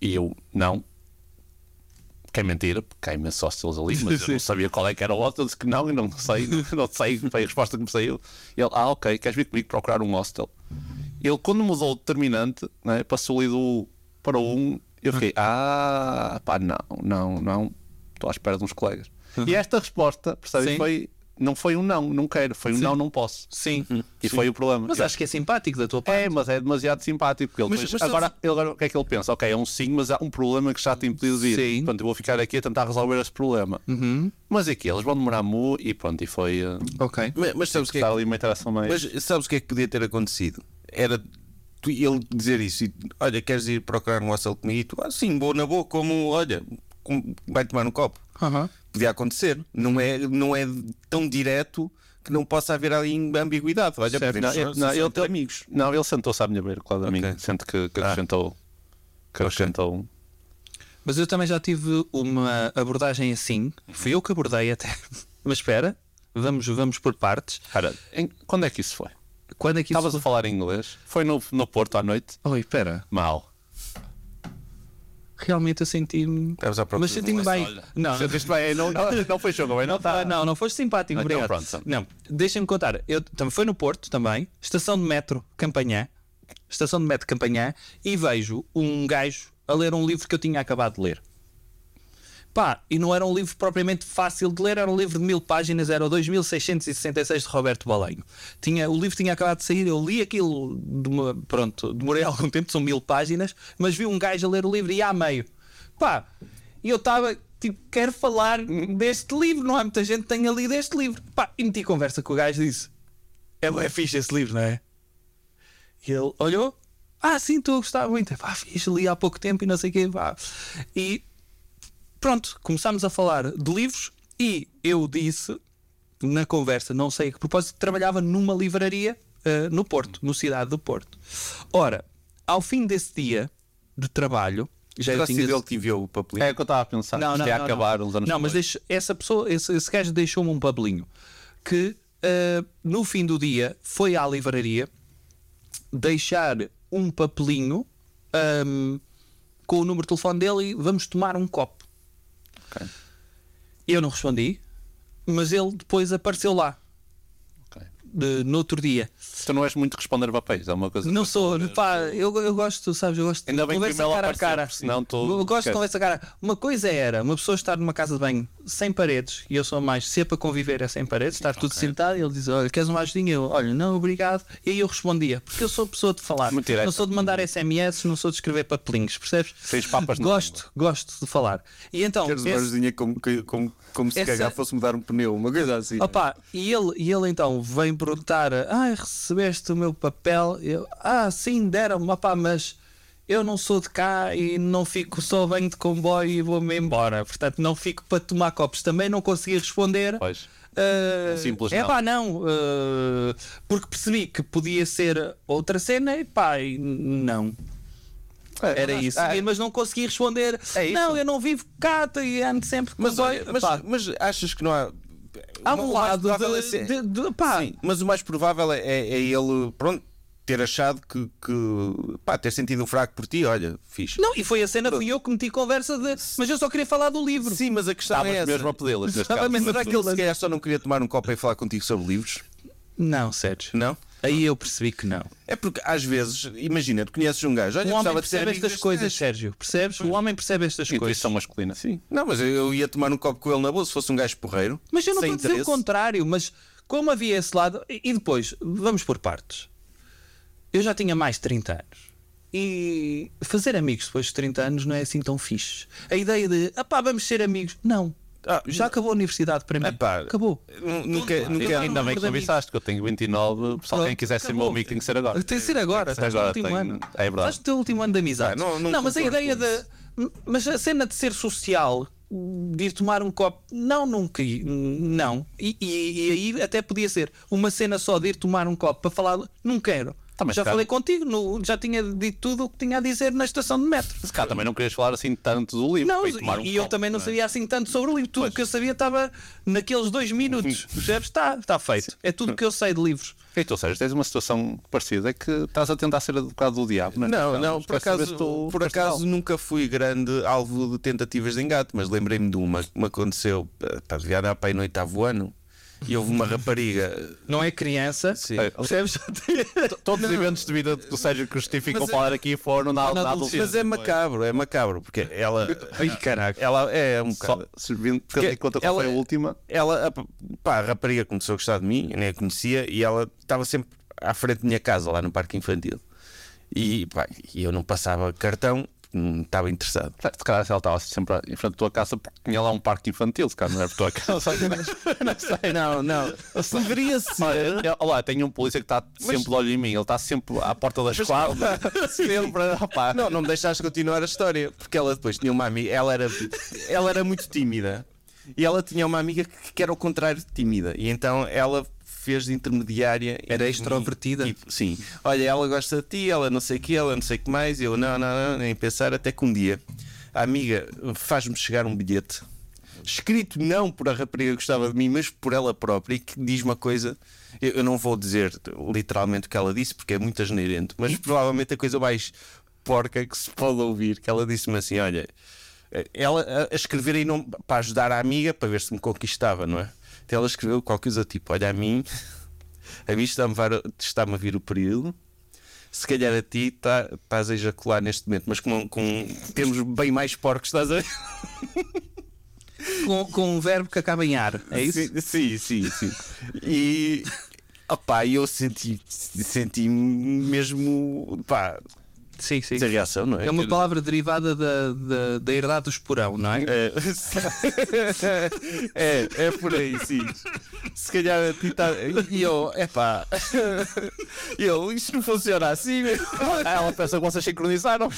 [SPEAKER 6] E eu, não. Que é mentira, porque há imensos hostels ali, mas eu não sabia qual é que era o hostel. Disse que não, e não sei, não sei. Foi a resposta que me saiu. Ele, ah, ok, queres vir comigo procurar um hostel? Ele, quando mudou de determinante, né, passou ali do para o 1, eu fiquei, ah, pá, não, não, não, estou à espera de uns colegas. E esta resposta, percebes,
[SPEAKER 5] Uhum. Sim.
[SPEAKER 6] foi, não foi um não, não quero, foi um não, não posso.
[SPEAKER 5] Sim.
[SPEAKER 6] E foi o problema.
[SPEAKER 5] Uhum. Mas
[SPEAKER 6] Eu-
[SPEAKER 5] acho que é simpático da tua parte.
[SPEAKER 6] é, mas é demasiado simpático. porque Ele
[SPEAKER 3] Mas-
[SPEAKER 6] depois-
[SPEAKER 3] mas
[SPEAKER 6] agora, ele, agora o que é que ele pensa? Ok, é um sim, mas há um problema que já te impediu de ir.
[SPEAKER 5] Sim. Uhum.
[SPEAKER 6] Portanto, eu vou ficar aqui a tentar resolver esse problema. Mas aqui, eles vão demorar muito e pronto, e foi. eh,
[SPEAKER 5] Ok.
[SPEAKER 3] Mas, mas sabes o que é
[SPEAKER 6] Está ali uma interação mais.
[SPEAKER 3] Mas sabes o que é que podia ter acontecido? Era tu- ele dizer isso e olha, queres ir procurar um hostel comigo? E tu, ah, sim, vou na boa, como, olha, com- vai tomar um copo.
[SPEAKER 6] Ah.
[SPEAKER 5] Aham.
[SPEAKER 3] Podia acontecer, não é, não é tão direto que não possa haver ali ambiguidade. Olha,
[SPEAKER 6] Certo,
[SPEAKER 3] podemos
[SPEAKER 6] não,
[SPEAKER 3] só-
[SPEAKER 6] eu- não,
[SPEAKER 3] só
[SPEAKER 6] ele-
[SPEAKER 3] entre
[SPEAKER 6] ele-
[SPEAKER 3] amigos.
[SPEAKER 6] Não, ele sentou-se à minha beira, claro, a mim.
[SPEAKER 3] Ok.
[SPEAKER 6] Sente que,
[SPEAKER 5] Ah.
[SPEAKER 6] que acrescentou. Que acrescentou um.
[SPEAKER 5] Mas eu também já tive uma abordagem assim. Fui eu que abordei até. Mas espera, vamos, vamos por partes.
[SPEAKER 6] Cara, em- quando é que isso foi?
[SPEAKER 5] Quando é que
[SPEAKER 6] Estavas
[SPEAKER 5] isso...
[SPEAKER 6] a falar em inglês? Foi no, no Porto à noite?
[SPEAKER 5] Oi, espera.
[SPEAKER 6] Mal.
[SPEAKER 5] Realmente eu senti-me.
[SPEAKER 3] Estavas à procura
[SPEAKER 5] Mas
[SPEAKER 3] de um
[SPEAKER 5] senti-me bem. Não,
[SPEAKER 6] Não, Sentiste bem? Não, não, não foi jogo, bem? Não tá.
[SPEAKER 5] Ah,
[SPEAKER 6] está.
[SPEAKER 5] não, não foste simpático,
[SPEAKER 6] Então
[SPEAKER 5] obrigado.
[SPEAKER 6] pronto.
[SPEAKER 5] Não, deixem-me contar. Eu também foi no Porto também, estação de metro Campanhã, estação de metro Campanhã, e vejo um gajo a ler um livro que eu tinha acabado de ler. Pá, e não era um livro propriamente fácil de ler, era um livro de mil páginas, era o 2666 de Roberto Balenho. Tinha, o livro tinha acabado de sair, eu li aquilo, de uma- pronto, demorei algum tempo, são mil páginas, mas vi um gajo a ler o livro e há meio. Pá, e eu estava, tipo, quero falar deste livro, não há muita gente que tenha lido este livro. Pá, e meti conversa com o gajo e disse: É, bué fixe esse livro, não é? E ele olhou: Ah, sim, estou a gostar muito. Pá, fixe, li há pouco tempo e não sei o quê. Pá. E pronto, começámos a falar de livros e eu disse na conversa, não sei a que propósito, que trabalhava numa livraria ah, no Porto, no Cidade do Porto. Ora, ao fim desse dia de trabalho, já eu
[SPEAKER 3] Terá
[SPEAKER 5] tinha
[SPEAKER 3] sido ele que enviou o papelinho.
[SPEAKER 6] É o que eu estava a pensar.
[SPEAKER 5] não,
[SPEAKER 6] Isto
[SPEAKER 5] não,
[SPEAKER 6] ia
[SPEAKER 5] não,
[SPEAKER 6] acabar
[SPEAKER 5] não.
[SPEAKER 6] uns anos
[SPEAKER 5] Não, mas
[SPEAKER 6] depois.
[SPEAKER 5] deixa, essa pessoa, esse, esse gajo deixou-me um pabelinho que ah, no fim do dia foi à livraria deixar um papelinho ahm, com o número de telefone dele e vamos tomar um copo.
[SPEAKER 6] Ok.
[SPEAKER 5] Eu não respondi, mas ele depois apareceu lá
[SPEAKER 6] Ok.
[SPEAKER 5] de- no outro dia.
[SPEAKER 6] Tu não és muito de responder papéis, é uma coisa.
[SPEAKER 5] Não sou, pá, eu, eu gosto, sabes, eu gosto
[SPEAKER 6] Ainda
[SPEAKER 5] de
[SPEAKER 6] bem que
[SPEAKER 5] conversa
[SPEAKER 6] o e-mail
[SPEAKER 5] cara a
[SPEAKER 6] apareceu,
[SPEAKER 5] cara.
[SPEAKER 6] porque senão tô-
[SPEAKER 5] Eu gosto de
[SPEAKER 6] esquece.
[SPEAKER 5] conversa cara. a cara. Uma coisa era uma pessoa estar numa casa de banho sem paredes, e eu sou mais, se é para conviver é sem paredes, estar tudo sentado, e ele diz, olha, queres uma ajudinha? Eu, olha, não, obrigado. E aí eu respondia, porque eu sou pessoa de falar,
[SPEAKER 6] Muito direto.
[SPEAKER 5] não sou de mandar SMS, não sou de escrever papelinhos, percebes?
[SPEAKER 6] Seis papas na
[SPEAKER 5] Gosto, gosto de falar. E então,
[SPEAKER 3] Queres uma
[SPEAKER 5] esse-
[SPEAKER 3] ajudinha como, que- como, como se
[SPEAKER 5] essa-
[SPEAKER 3] cagar fosse mudar um pneu, uma coisa assim.
[SPEAKER 5] Opa, e ele, e ele então vem perguntar: Ah, recebeste o meu papel? Eu, ah, sim, deram-me, opá, mas eu não sou de cá e não fico, só venho de comboio e vou-me embora. Portanto, não fico para tomar copos. Também não consegui responder.
[SPEAKER 6] Pois.
[SPEAKER 5] Ah,
[SPEAKER 6] Simples
[SPEAKER 5] é
[SPEAKER 6] não.
[SPEAKER 5] pá, não, ah, porque percebi que podia ser outra cena e pá, e não.
[SPEAKER 3] É,
[SPEAKER 5] Era
[SPEAKER 3] Ah,
[SPEAKER 5] isso, E- mas não consegui responder. Não, eu não vivo cá e ando sempre de
[SPEAKER 3] Mas, olha,
[SPEAKER 5] comboio.
[SPEAKER 3] mas,
[SPEAKER 5] Pá,
[SPEAKER 3] mas achas que não há.
[SPEAKER 5] há
[SPEAKER 3] o
[SPEAKER 5] um
[SPEAKER 3] mais
[SPEAKER 5] lado
[SPEAKER 3] provável é
[SPEAKER 5] de,
[SPEAKER 3] ser-
[SPEAKER 5] de- de- pá,
[SPEAKER 3] Sim, mas o mais provável é, é- é ele, pronto, ter achado que, que pá, ter sentido um fraco por ti, olha, fixe.
[SPEAKER 5] Não, e foi a cena, fui eu que meti conversa de. Mas eu só queria falar do livro.
[SPEAKER 3] Sim, mas a questão
[SPEAKER 6] Estavas
[SPEAKER 3] é essa.
[SPEAKER 6] mesmo a pedi-las. neste
[SPEAKER 5] Estava
[SPEAKER 6] caso.
[SPEAKER 5] mesmo
[SPEAKER 3] Será
[SPEAKER 5] a
[SPEAKER 3] que ele
[SPEAKER 5] pedi-las.
[SPEAKER 3] se calhar só não queria tomar um copo e falar contigo sobre livros?
[SPEAKER 5] Não, Sérgio.
[SPEAKER 3] Não?
[SPEAKER 5] Aí eu percebi que não.
[SPEAKER 3] É porque às vezes, imagina, tu conheces um gajo, olha,
[SPEAKER 5] O homem
[SPEAKER 3] gostava de ser
[SPEAKER 5] percebe
[SPEAKER 3] amigo
[SPEAKER 5] estas
[SPEAKER 3] deste
[SPEAKER 5] coisas,
[SPEAKER 3] gajo.
[SPEAKER 5] Sérgio. Percebes? O homem percebe estas coisas.
[SPEAKER 6] Intuição masculina. Sim.
[SPEAKER 3] Não, mas eu- eu ia tomar um copo com ele na boa se fosse um gajo porreiro.
[SPEAKER 5] Mas eu não estou
[SPEAKER 3] sem
[SPEAKER 5] a dizer o
[SPEAKER 3] interesse.
[SPEAKER 5] contrário, mas como havia esse lado. E e depois, vamos por partes. Eu já tinha mais de 30 anos. E fazer amigos depois de 30 anos não é assim tão fixe. A ideia de, ah pá, vamos ser amigos. Não.
[SPEAKER 3] Ah,
[SPEAKER 5] já acabou a universidade para mim.
[SPEAKER 3] Epá,
[SPEAKER 5] acabou.
[SPEAKER 3] nu- Hum, Nunca, é- nunca,
[SPEAKER 5] Eu-
[SPEAKER 6] Ainda bem que
[SPEAKER 5] Perdão.
[SPEAKER 6] avisaste que eu tenho 29. Pessoal, quem
[SPEAKER 5] Pronto,
[SPEAKER 6] quiser ser
[SPEAKER 5] acabou.
[SPEAKER 6] meu amigo tem que ser agora.
[SPEAKER 5] Tem que ser agora,
[SPEAKER 6] Tem que
[SPEAKER 5] estás
[SPEAKER 6] ser
[SPEAKER 5] no
[SPEAKER 6] agora,
[SPEAKER 5] último
[SPEAKER 6] tem-
[SPEAKER 5] ano.
[SPEAKER 6] É verdade.
[SPEAKER 5] Estás no teu último ano de amizade.
[SPEAKER 3] Pá, não- não
[SPEAKER 5] mas a
[SPEAKER 3] concordo
[SPEAKER 5] ideia
[SPEAKER 3] com
[SPEAKER 5] de. Mas a cena de ser social de ir tomar um copo. Não, nunca. i- Não. E, e- e aí até podia ser uma cena só de ir tomar um copo para falar. Não quero.
[SPEAKER 6] Tá, mas
[SPEAKER 5] já
[SPEAKER 6] cara-
[SPEAKER 5] falei contigo, no- já tinha dito tudo o que tinha a dizer na estação de metro.
[SPEAKER 6] Se calhar também não querias falar assim tanto do livro.
[SPEAKER 5] Não,
[SPEAKER 6] para ir tomar um
[SPEAKER 5] e eu
[SPEAKER 6] copo,
[SPEAKER 5] também não
[SPEAKER 6] é?
[SPEAKER 5] sabia assim tanto sobre o livro. Tudo o que eu sabia estava naqueles dois minutos. Percebes? Está tá feito. É tudo o que eu sei de livros.
[SPEAKER 6] Então, Sérgio, tens uma situação parecida, é que estás a tentar ser advogado do diabo,
[SPEAKER 3] Não,
[SPEAKER 6] é? Então,
[SPEAKER 3] não, por
[SPEAKER 6] quer saber se
[SPEAKER 3] acaso,
[SPEAKER 6] tu-
[SPEAKER 3] por acaso nunca fui grande alvo de tentativas de engate, mas lembrei-me de uma que me aconteceu, eh, pá, devia dar para ir no oitavo ano, e houve uma rapariga.
[SPEAKER 5] Não é criança.
[SPEAKER 3] Sim.
[SPEAKER 5] Percebes?
[SPEAKER 6] Todos os eventos de vida do Sérgio que justificam
[SPEAKER 3] Mas é-
[SPEAKER 6] falar aqui foram na, na
[SPEAKER 3] Mas
[SPEAKER 6] adolescência.
[SPEAKER 3] é macabro, é macabro, porque ela. Ai, caraca. Ela é um
[SPEAKER 6] Só
[SPEAKER 3] bocado.
[SPEAKER 6] servindo,
[SPEAKER 3] Porque
[SPEAKER 6] tendo em conta qual
[SPEAKER 3] ela- é-
[SPEAKER 6] foi a última.
[SPEAKER 3] ela, a- pá, a rapariga começou a gostar de mim, eu nem a conhecia, e ela estava sempre à frente da minha casa, lá no parque infantil. E pá, e eu não passava cartão, não estava interessado.
[SPEAKER 6] Tá, Se calhar se ela estava sempre em frente da tua casa porque tinha lá um parque infantil, se calhar não era por tua casa. não sei, não, não. Deveria ser. Olha, olá, tenho um polícia que está sempre de olho em mim, ele está sempre à porta da escola. sempre, opá.
[SPEAKER 3] Não, não me deixaste continuar a história, porque ela depois tinha uma amiga, ela era, ela era muito tímida. E ela tinha uma amiga que, que era o contrário de tímida. E então ela fez de intermediária. entre
[SPEAKER 5] Era
[SPEAKER 3] mim
[SPEAKER 5] extrovertida.
[SPEAKER 3] e- sim. Olha, ela gosta de ti, ela não sei o que, ela não sei o que mais. Eu, não, não, não, nem pensar. Até que um dia a amiga faz-me chegar um bilhete. Escrito não por a rapariga que gostava de mim, mas por ela própria, e que diz uma coisa. Eu, eu não vou dizer literalmente o que ela disse, porque é muito asneirento, mas provavelmente a coisa mais porca que se pode ouvir. Que ela disse-me assim: Olha, ela a, a escrever em nome, para ajudar a amiga, para ver se me conquistava, não é? Então ela escreveu qualquer coisa tipo: Olha, a mim a mim está-me var- está-me a vir o período. Se calhar a ti tá- estás a ejacular neste momento, mas com, com- temos bem mais porcos, estás a ver?
[SPEAKER 5] com, com um verbo que acaba em ar. É isso?
[SPEAKER 3] Sim, sim, sim. E opá, eu senti senti-me mesmo pá,
[SPEAKER 5] Sim, sim.
[SPEAKER 3] sem reação, não é?
[SPEAKER 5] É uma palavra derivada da, da, da herdade do esporão, não é?
[SPEAKER 3] É, é, é por aí, sim. Se calhar a ti tá- E eu, é pá. Eu, isto não funciona assim.
[SPEAKER 6] Ah, Ela pensa que vocês sincronizaram.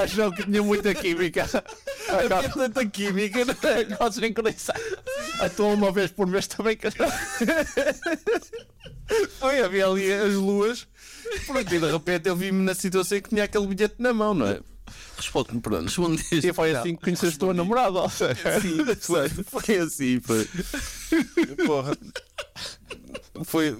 [SPEAKER 6] Acham que tinha muita química.
[SPEAKER 3] Havia é tanta química, não é?
[SPEAKER 6] Nós sincronizaram. Então, uma vez por mês também. que-
[SPEAKER 3] Foi, havia ali as luas. Pronto, e de repente eu vi-me na situação em que tinha aquele bilhete na mão, não é? Responde-me, pronto.
[SPEAKER 5] Respondeste.
[SPEAKER 6] E foi assim que conheceste a tua namorada. ou seja,
[SPEAKER 3] Sim, foi, foi assim, foi. Porra. Foi,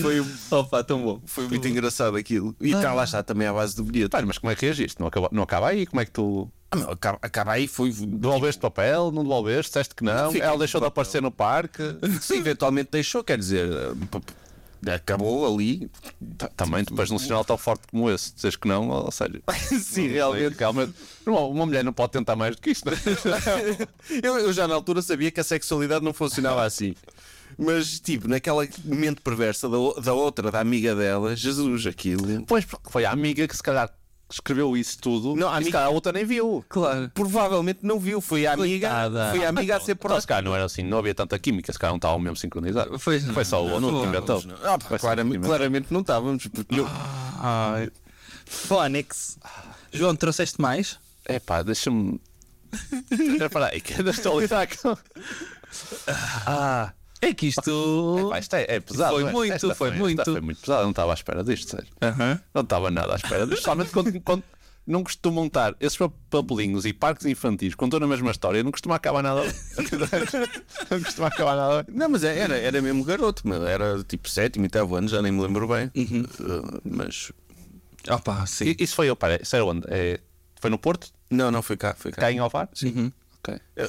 [SPEAKER 3] foi,
[SPEAKER 5] Opa, tão bom.
[SPEAKER 3] foi muito engraçado aquilo. E tá, lá está também à base do bilhete.
[SPEAKER 6] Tá, Ah. mas como é que reagiste? Não acaba, não acaba aí? Como é que tu.
[SPEAKER 3] Ah, meu, acaba, acaba aí, foi.
[SPEAKER 6] Devolveste o papel? Não devolveste? Disseste que não?
[SPEAKER 3] Fica
[SPEAKER 6] Ela
[SPEAKER 3] com
[SPEAKER 6] deixou de aparecer no parque?
[SPEAKER 3] Sim, eventualmente deixou, quer dizer, p- p- acabou ali.
[SPEAKER 6] Ta- Também depois num sinal tão forte como esse, dizes que não, ou seja.
[SPEAKER 3] Sim,
[SPEAKER 6] Realmente, realmente. Uma, uma mulher não pode tentar mais do que isto. não é?
[SPEAKER 3] eu, eu já na altura sabia que a sexualidade não funcionava assim. Mas, tipo, naquela mente perversa da, o- da outra, da amiga dela, Jesus, aquilo.
[SPEAKER 6] pois, porque foi a amiga que se calhar escreveu isso tudo.
[SPEAKER 3] Não, a
[SPEAKER 6] e se
[SPEAKER 3] amiga-
[SPEAKER 6] calhar a outra nem viu.
[SPEAKER 5] Claro.
[SPEAKER 3] Provavelmente não viu, foi a amiga,
[SPEAKER 5] Coitada.
[SPEAKER 3] foi a, amiga a ser
[SPEAKER 6] Ah, Então, se
[SPEAKER 3] próxima.
[SPEAKER 6] calhar não era assim, não havia tanta química, se calhar não estavam mesmo sincronizados.
[SPEAKER 5] Foi-
[SPEAKER 6] foi só o
[SPEAKER 5] Não,
[SPEAKER 6] Nuno que inventou.
[SPEAKER 3] Ah, pá,
[SPEAKER 6] Foi só o
[SPEAKER 3] claramente,
[SPEAKER 6] Nuno que inventou.
[SPEAKER 3] claramente não estávamos. Porque eu-
[SPEAKER 5] Ai. Fónix. João, trouxeste mais?
[SPEAKER 6] É pá, deixa-me. Espera aí, que ainda estou a lidar com.
[SPEAKER 5] É que isto.
[SPEAKER 6] Pá, isto é, é pesado.
[SPEAKER 5] Foi
[SPEAKER 6] não é?
[SPEAKER 5] muito,
[SPEAKER 6] Esta
[SPEAKER 5] foi
[SPEAKER 6] esta
[SPEAKER 5] muito.
[SPEAKER 6] Foi muito pesado, eu não estava à espera disto, sério.
[SPEAKER 5] Aham.
[SPEAKER 6] Não estava nada à espera disto. Somente quando, quando não costumam montar esses pa- papelinhos e parques infantis, quando estão na mesma história, não costuma acabar nada. bem. não costuma acabar nada. bem.
[SPEAKER 3] Não, mas é- era, era mesmo garoto, meu. era tipo sétimo, oitavo ano, já nem me lembro bem. Uh, mas.
[SPEAKER 5] Opa, sim.
[SPEAKER 6] Uhum. E- Isso foi, opa, isso era onde? É, foi no Porto?
[SPEAKER 3] Não, não foi cá, foi cá.
[SPEAKER 6] Cá em Alvar? Sim. Ok.
[SPEAKER 3] Eh,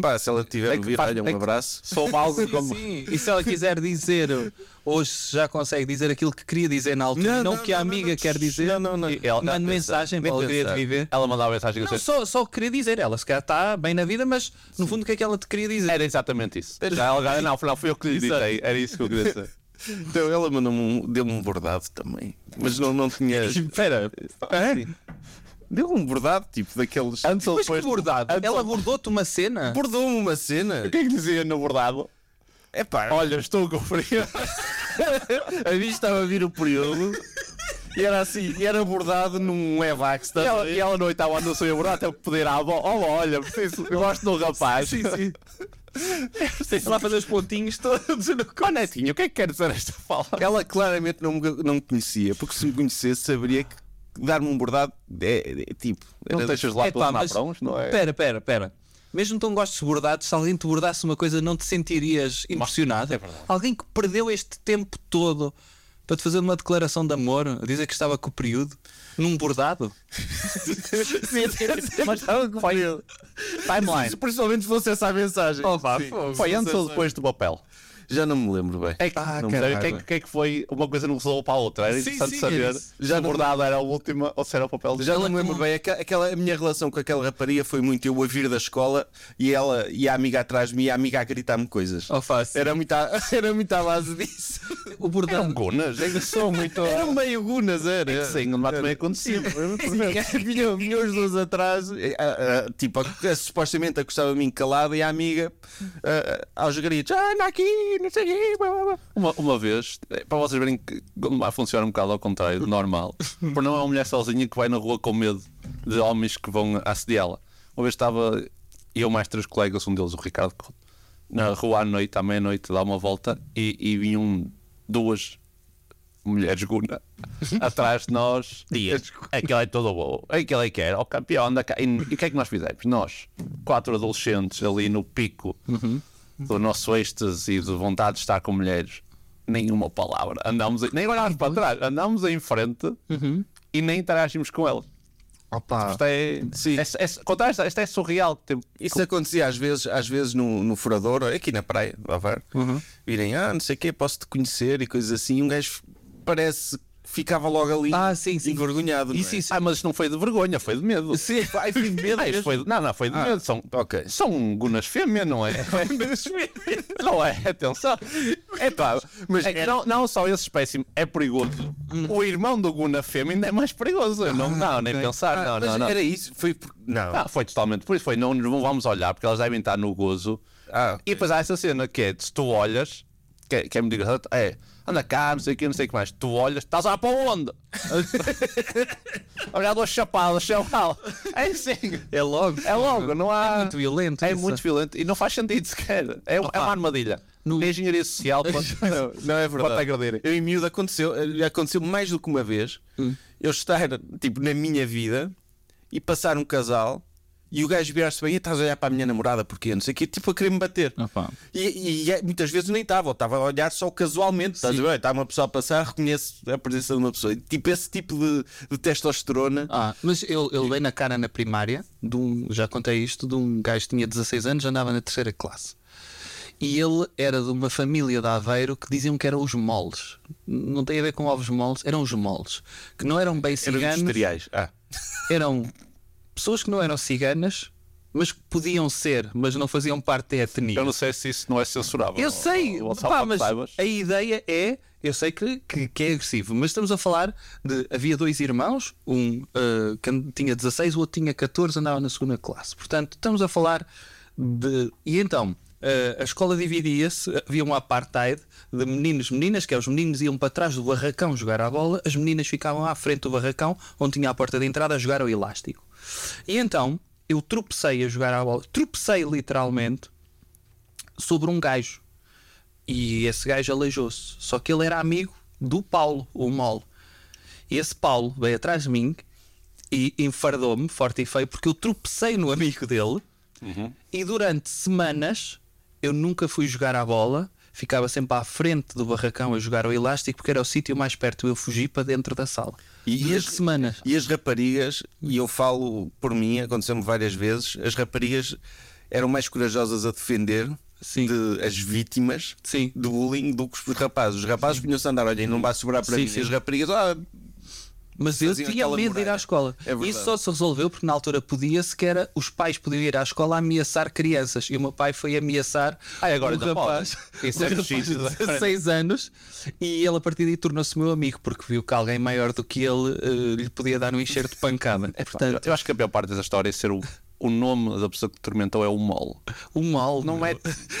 [SPEAKER 3] pá, se ela tiver
[SPEAKER 6] É que
[SPEAKER 3] ouvido,
[SPEAKER 6] faz-
[SPEAKER 3] olha,
[SPEAKER 6] é
[SPEAKER 3] um
[SPEAKER 6] que-
[SPEAKER 3] abraço.
[SPEAKER 6] Soube algo como.
[SPEAKER 5] Sim. E se ela quiser dizer hoje já consegue dizer aquilo que queria dizer na altura, não,
[SPEAKER 3] Não,
[SPEAKER 5] não,
[SPEAKER 3] não,
[SPEAKER 5] que a
[SPEAKER 3] não, não,
[SPEAKER 5] amiga
[SPEAKER 3] não.
[SPEAKER 5] quer dizer,
[SPEAKER 3] Não, não, não.
[SPEAKER 6] Ela-
[SPEAKER 5] manda mensagem para
[SPEAKER 3] nem
[SPEAKER 5] ela queria
[SPEAKER 3] pensar.
[SPEAKER 5] de viver.
[SPEAKER 6] Ela mandava mensagem que eu
[SPEAKER 5] Não,
[SPEAKER 6] sei.
[SPEAKER 5] só, só queria dizer, ela se calhar está bem na vida, mas no fundo o que é que ela te queria dizer?
[SPEAKER 6] Era exatamente isso. Já ela já- não, não, foi eu que lhe ditei. Era isso que eu queria dizer.
[SPEAKER 3] Então ela mandou-me um- deu-me um bordado também. Mas não, não tinha.
[SPEAKER 6] Espera,
[SPEAKER 3] Deu um bordado, tipo daqueles.
[SPEAKER 6] antes ou
[SPEAKER 5] Mas que
[SPEAKER 6] depois.
[SPEAKER 5] bordado?
[SPEAKER 6] antes
[SPEAKER 5] Ela
[SPEAKER 6] ou-
[SPEAKER 5] bordou-te uma cena?
[SPEAKER 3] Bordou-me uma cena.
[SPEAKER 6] O que é que dizia no bordado?
[SPEAKER 3] É pá,
[SPEAKER 6] Olha, estou com frio.
[SPEAKER 3] a mim estava a vir o período. E era assim, e era abordado num Evax.
[SPEAKER 6] E ela, e ela no oitavo ano sou eu verdade, até poder à avó. Oh, olha, preciso, eu gosto do rapaz. Sim, sim.
[SPEAKER 5] Sei lá fazer os pontinhos todos no
[SPEAKER 6] Oh, netinho, o que é que quer dizer esta palavra?
[SPEAKER 3] Ela claramente não me, não me conhecia, porque se me conhecesse, saberia que dar-me um bordado é, é- é tipo.
[SPEAKER 6] Não
[SPEAKER 3] era-
[SPEAKER 6] deixas lá pelos naprons, não é?
[SPEAKER 5] Pera, pera, pera. Mesmo tão gostes de bordados, se alguém te bordasse uma coisa, não te sentirias
[SPEAKER 6] é
[SPEAKER 5] impressionado? alguém que perdeu este tempo todo para te fazer uma declaração de amor, a dizer que estava com o período, num bordado?
[SPEAKER 6] Mas foi timeline.
[SPEAKER 3] Principalmente se fosse essa a mensagem. Sim.
[SPEAKER 6] Foi antes ou depois do papel?
[SPEAKER 3] Já não me lembro bem.
[SPEAKER 6] É que, não me sei, o que, é que- o que é que foi? Uma coisa não resultou para a outra. Era
[SPEAKER 5] Sim, sim,
[SPEAKER 6] interessante
[SPEAKER 5] era
[SPEAKER 6] saber.
[SPEAKER 5] isso.
[SPEAKER 6] Já abordado era a última ou se era o papel.
[SPEAKER 3] Já não me lembro bem, aqua- aquela, a minha relação com aquela rapariga foi muito eu a vir da escola e ela e a amiga atrás de mim e a amiga a gritar-me coisas.
[SPEAKER 6] Oh.
[SPEAKER 5] Ou fácil.
[SPEAKER 3] Era muito, à, era muito à base disso.
[SPEAKER 5] O
[SPEAKER 6] um
[SPEAKER 5] bordado.
[SPEAKER 6] Gonas, ainda sou muito.
[SPEAKER 3] Era meio gunas, era.
[SPEAKER 6] Sim, não mata bem acontecido.
[SPEAKER 3] Vinham vinham os dois atrás, eh, ah, ah, tipo, a, a- supostamente acostava a mim calada e a amiga ah, ah, aos gritos: Ah, anda aqui, não sei o quê. blá, blá, blá."
[SPEAKER 6] Uma, uma vez, eh, para vocês verem que vai funcionar um bocado ao contrário, do normal, por não é uma mulher sozinha que vai na rua com medo de homens que vão assediá-la. Uma vez estava eu mais três colegas, um deles, o Ricardo, Couto, na rua à noite, à meia-noite, dar uma volta e, e vinham duas mulheres guna atrás de nós. Dias. Aquele é todo bom. Aquele é que era. O campeão anda cá. E, e o que é que nós fizemos? Nós, quatro adolescentes ali no pico do nosso êxtase e de vontade de estar com mulheres, nenhuma palavra. Andámos, a- nem olhámos para trás, andámos em frente e nem interagimos com elas.
[SPEAKER 3] Opa.
[SPEAKER 6] Isto é,
[SPEAKER 3] Sim.
[SPEAKER 6] é- é- contar isto, isto é surreal. Tem-
[SPEAKER 3] Isso acontecia às vezes, às vezes no, no furador, aqui na praia, lá ver,
[SPEAKER 5] Uhum.
[SPEAKER 3] virem, ah, não sei o quê, posso te conhecer e coisas assim. E um gajo parece que ficava logo ali
[SPEAKER 5] Ah, sim, sim.
[SPEAKER 3] envergonhado. não
[SPEAKER 5] Isso,
[SPEAKER 3] é?
[SPEAKER 5] isso.
[SPEAKER 6] Ah, mas isto não foi de vergonha, foi de medo.
[SPEAKER 5] Sim.
[SPEAKER 6] Ai, foi de medo. isto foi de- não, não, foi de medo. São,
[SPEAKER 3] ok.
[SPEAKER 6] são gunas fêmea, não é? não é? Atenção. É pá, mas é que não, não só esse espécime é perigoso. O irmão do guna fêmea ainda é mais perigoso. Eu não, não, nem pensar. não,
[SPEAKER 3] Ah, Mas
[SPEAKER 6] não, não.
[SPEAKER 3] Era isso, foi porque. Não.
[SPEAKER 6] Ah, foi totalmente por isso. Foi, não, não vamos olhar, porque elas devem estar no gozo.
[SPEAKER 3] Ah,
[SPEAKER 6] E depois há essa cena que é: se tu olhas, que é, que é muito engraçado, é anda cá, não sei o que, não sei o que mais. Tu olhas, estás a olhar para onde? a olhar duas chapadas, chaval. É assim.
[SPEAKER 5] É logo.
[SPEAKER 6] É logo, não há. É
[SPEAKER 5] muito violento
[SPEAKER 6] É
[SPEAKER 5] isso.
[SPEAKER 6] muito violento e não faz sentido sequer. É, é uma armadilha.
[SPEAKER 5] No-
[SPEAKER 6] É engenharia social para,
[SPEAKER 3] Não, não é verdade.
[SPEAKER 6] para te agredirem.
[SPEAKER 3] Eu em miúdo aconteceu, eh, aconteceu mais do que uma vez eu estar tipo na minha vida e passar um casal e o gajo virar-se bem e estás a olhar para a minha namorada porque não sei o que, tipo a querer me bater.
[SPEAKER 5] Opa.
[SPEAKER 3] E, e, eh, muitas vezes nem estava, ou estava a olhar só casualmente. Estás a ver? Está uma pessoa a passar, reconheço a presença de uma pessoa. Tipo esse tipo de, de testosterona.
[SPEAKER 5] Ah, mas eu, eu levei na cara na primária, de um, já contei isto, de um gajo que tinha 16 anos, andava na terceira classe. E ele era de uma família de Aveiro que diziam que eram os moles. Não tem a ver com ovos moles, eram os moles. Que não eram bem
[SPEAKER 3] Eram
[SPEAKER 5] ciganos,
[SPEAKER 3] industriais. Ah.
[SPEAKER 5] eram pessoas que não eram ciganas, mas que podiam ser, mas não faziam parte da etnia.
[SPEAKER 6] Eu não sei se isso não é censurável.
[SPEAKER 5] Eu sei,
[SPEAKER 6] Ou- ou- ou só
[SPEAKER 5] pá,
[SPEAKER 6] para que
[SPEAKER 5] mas
[SPEAKER 6] saibas.
[SPEAKER 5] a ideia é. Eu sei que, que, que é agressivo, mas estamos a falar de. Havia dois irmãos, um ah, que tinha 16, o outro tinha 14, andava na segunda classe. Portanto, estamos a falar de. E então, ah, a escola dividia-se, havia um apartheid de meninos meninas, que é os meninos iam para trás do barracão jogar à bola, as meninas ficavam à frente do barracão, onde tinha a porta de entrada, a jogar ao elástico. E então, eu tropecei a jogar à bola, tropecei literalmente sobre um gajo. E esse gajo aleijou-se. Só que ele era amigo do Paulo, o Mol. E esse Paulo veio atrás de mim e enfardou-me forte e feio porque eu tropecei no amigo dele. E durante semanas eu nunca fui jogar à bola. Ficava sempre à frente do barracão a jogar ao elástico porque era o sítio mais perto. Eu fugi para dentro da sala. durante
[SPEAKER 3] as-
[SPEAKER 5] semanas.
[SPEAKER 3] E as raparigas, e eu falo por mim, aconteceu-me várias vezes, as raparigas eram mais corajosas a defender
[SPEAKER 5] Sim.
[SPEAKER 3] de- as vítimas
[SPEAKER 5] Sim.
[SPEAKER 3] do bullying do que os rapazes. Os rapazes podiam-se andar, olhem, não vai sobrar para
[SPEAKER 5] Sim,
[SPEAKER 3] mim.
[SPEAKER 5] sim.
[SPEAKER 3] E as raparigas, ah,
[SPEAKER 5] Mas eu
[SPEAKER 3] Faziam
[SPEAKER 5] tinha
[SPEAKER 3] aquela
[SPEAKER 5] medo de ir à
[SPEAKER 3] muralha.
[SPEAKER 5] escola.
[SPEAKER 3] É verdade.
[SPEAKER 5] Isso só se resolveu porque na altura podia-se, que era os pais podiam ir à escola a ameaçar crianças. E o meu pai foi ameaçar
[SPEAKER 6] Ai, agora
[SPEAKER 5] um
[SPEAKER 6] ainda pode.
[SPEAKER 5] rapaz,
[SPEAKER 6] Isso
[SPEAKER 5] um
[SPEAKER 6] é
[SPEAKER 5] rapaz
[SPEAKER 6] preciso.
[SPEAKER 5] de 16 anos e ele a partir daí tornou-se meu amigo porque viu que alguém maior do que ele eh, lhe podia dar um enxerto de pancada.
[SPEAKER 6] É Eu-
[SPEAKER 5] Portanto,
[SPEAKER 6] Eu acho que a pior parte dessa história é ser o, o nome da pessoa que tormentou é o mole.
[SPEAKER 5] o mal.
[SPEAKER 6] Não é-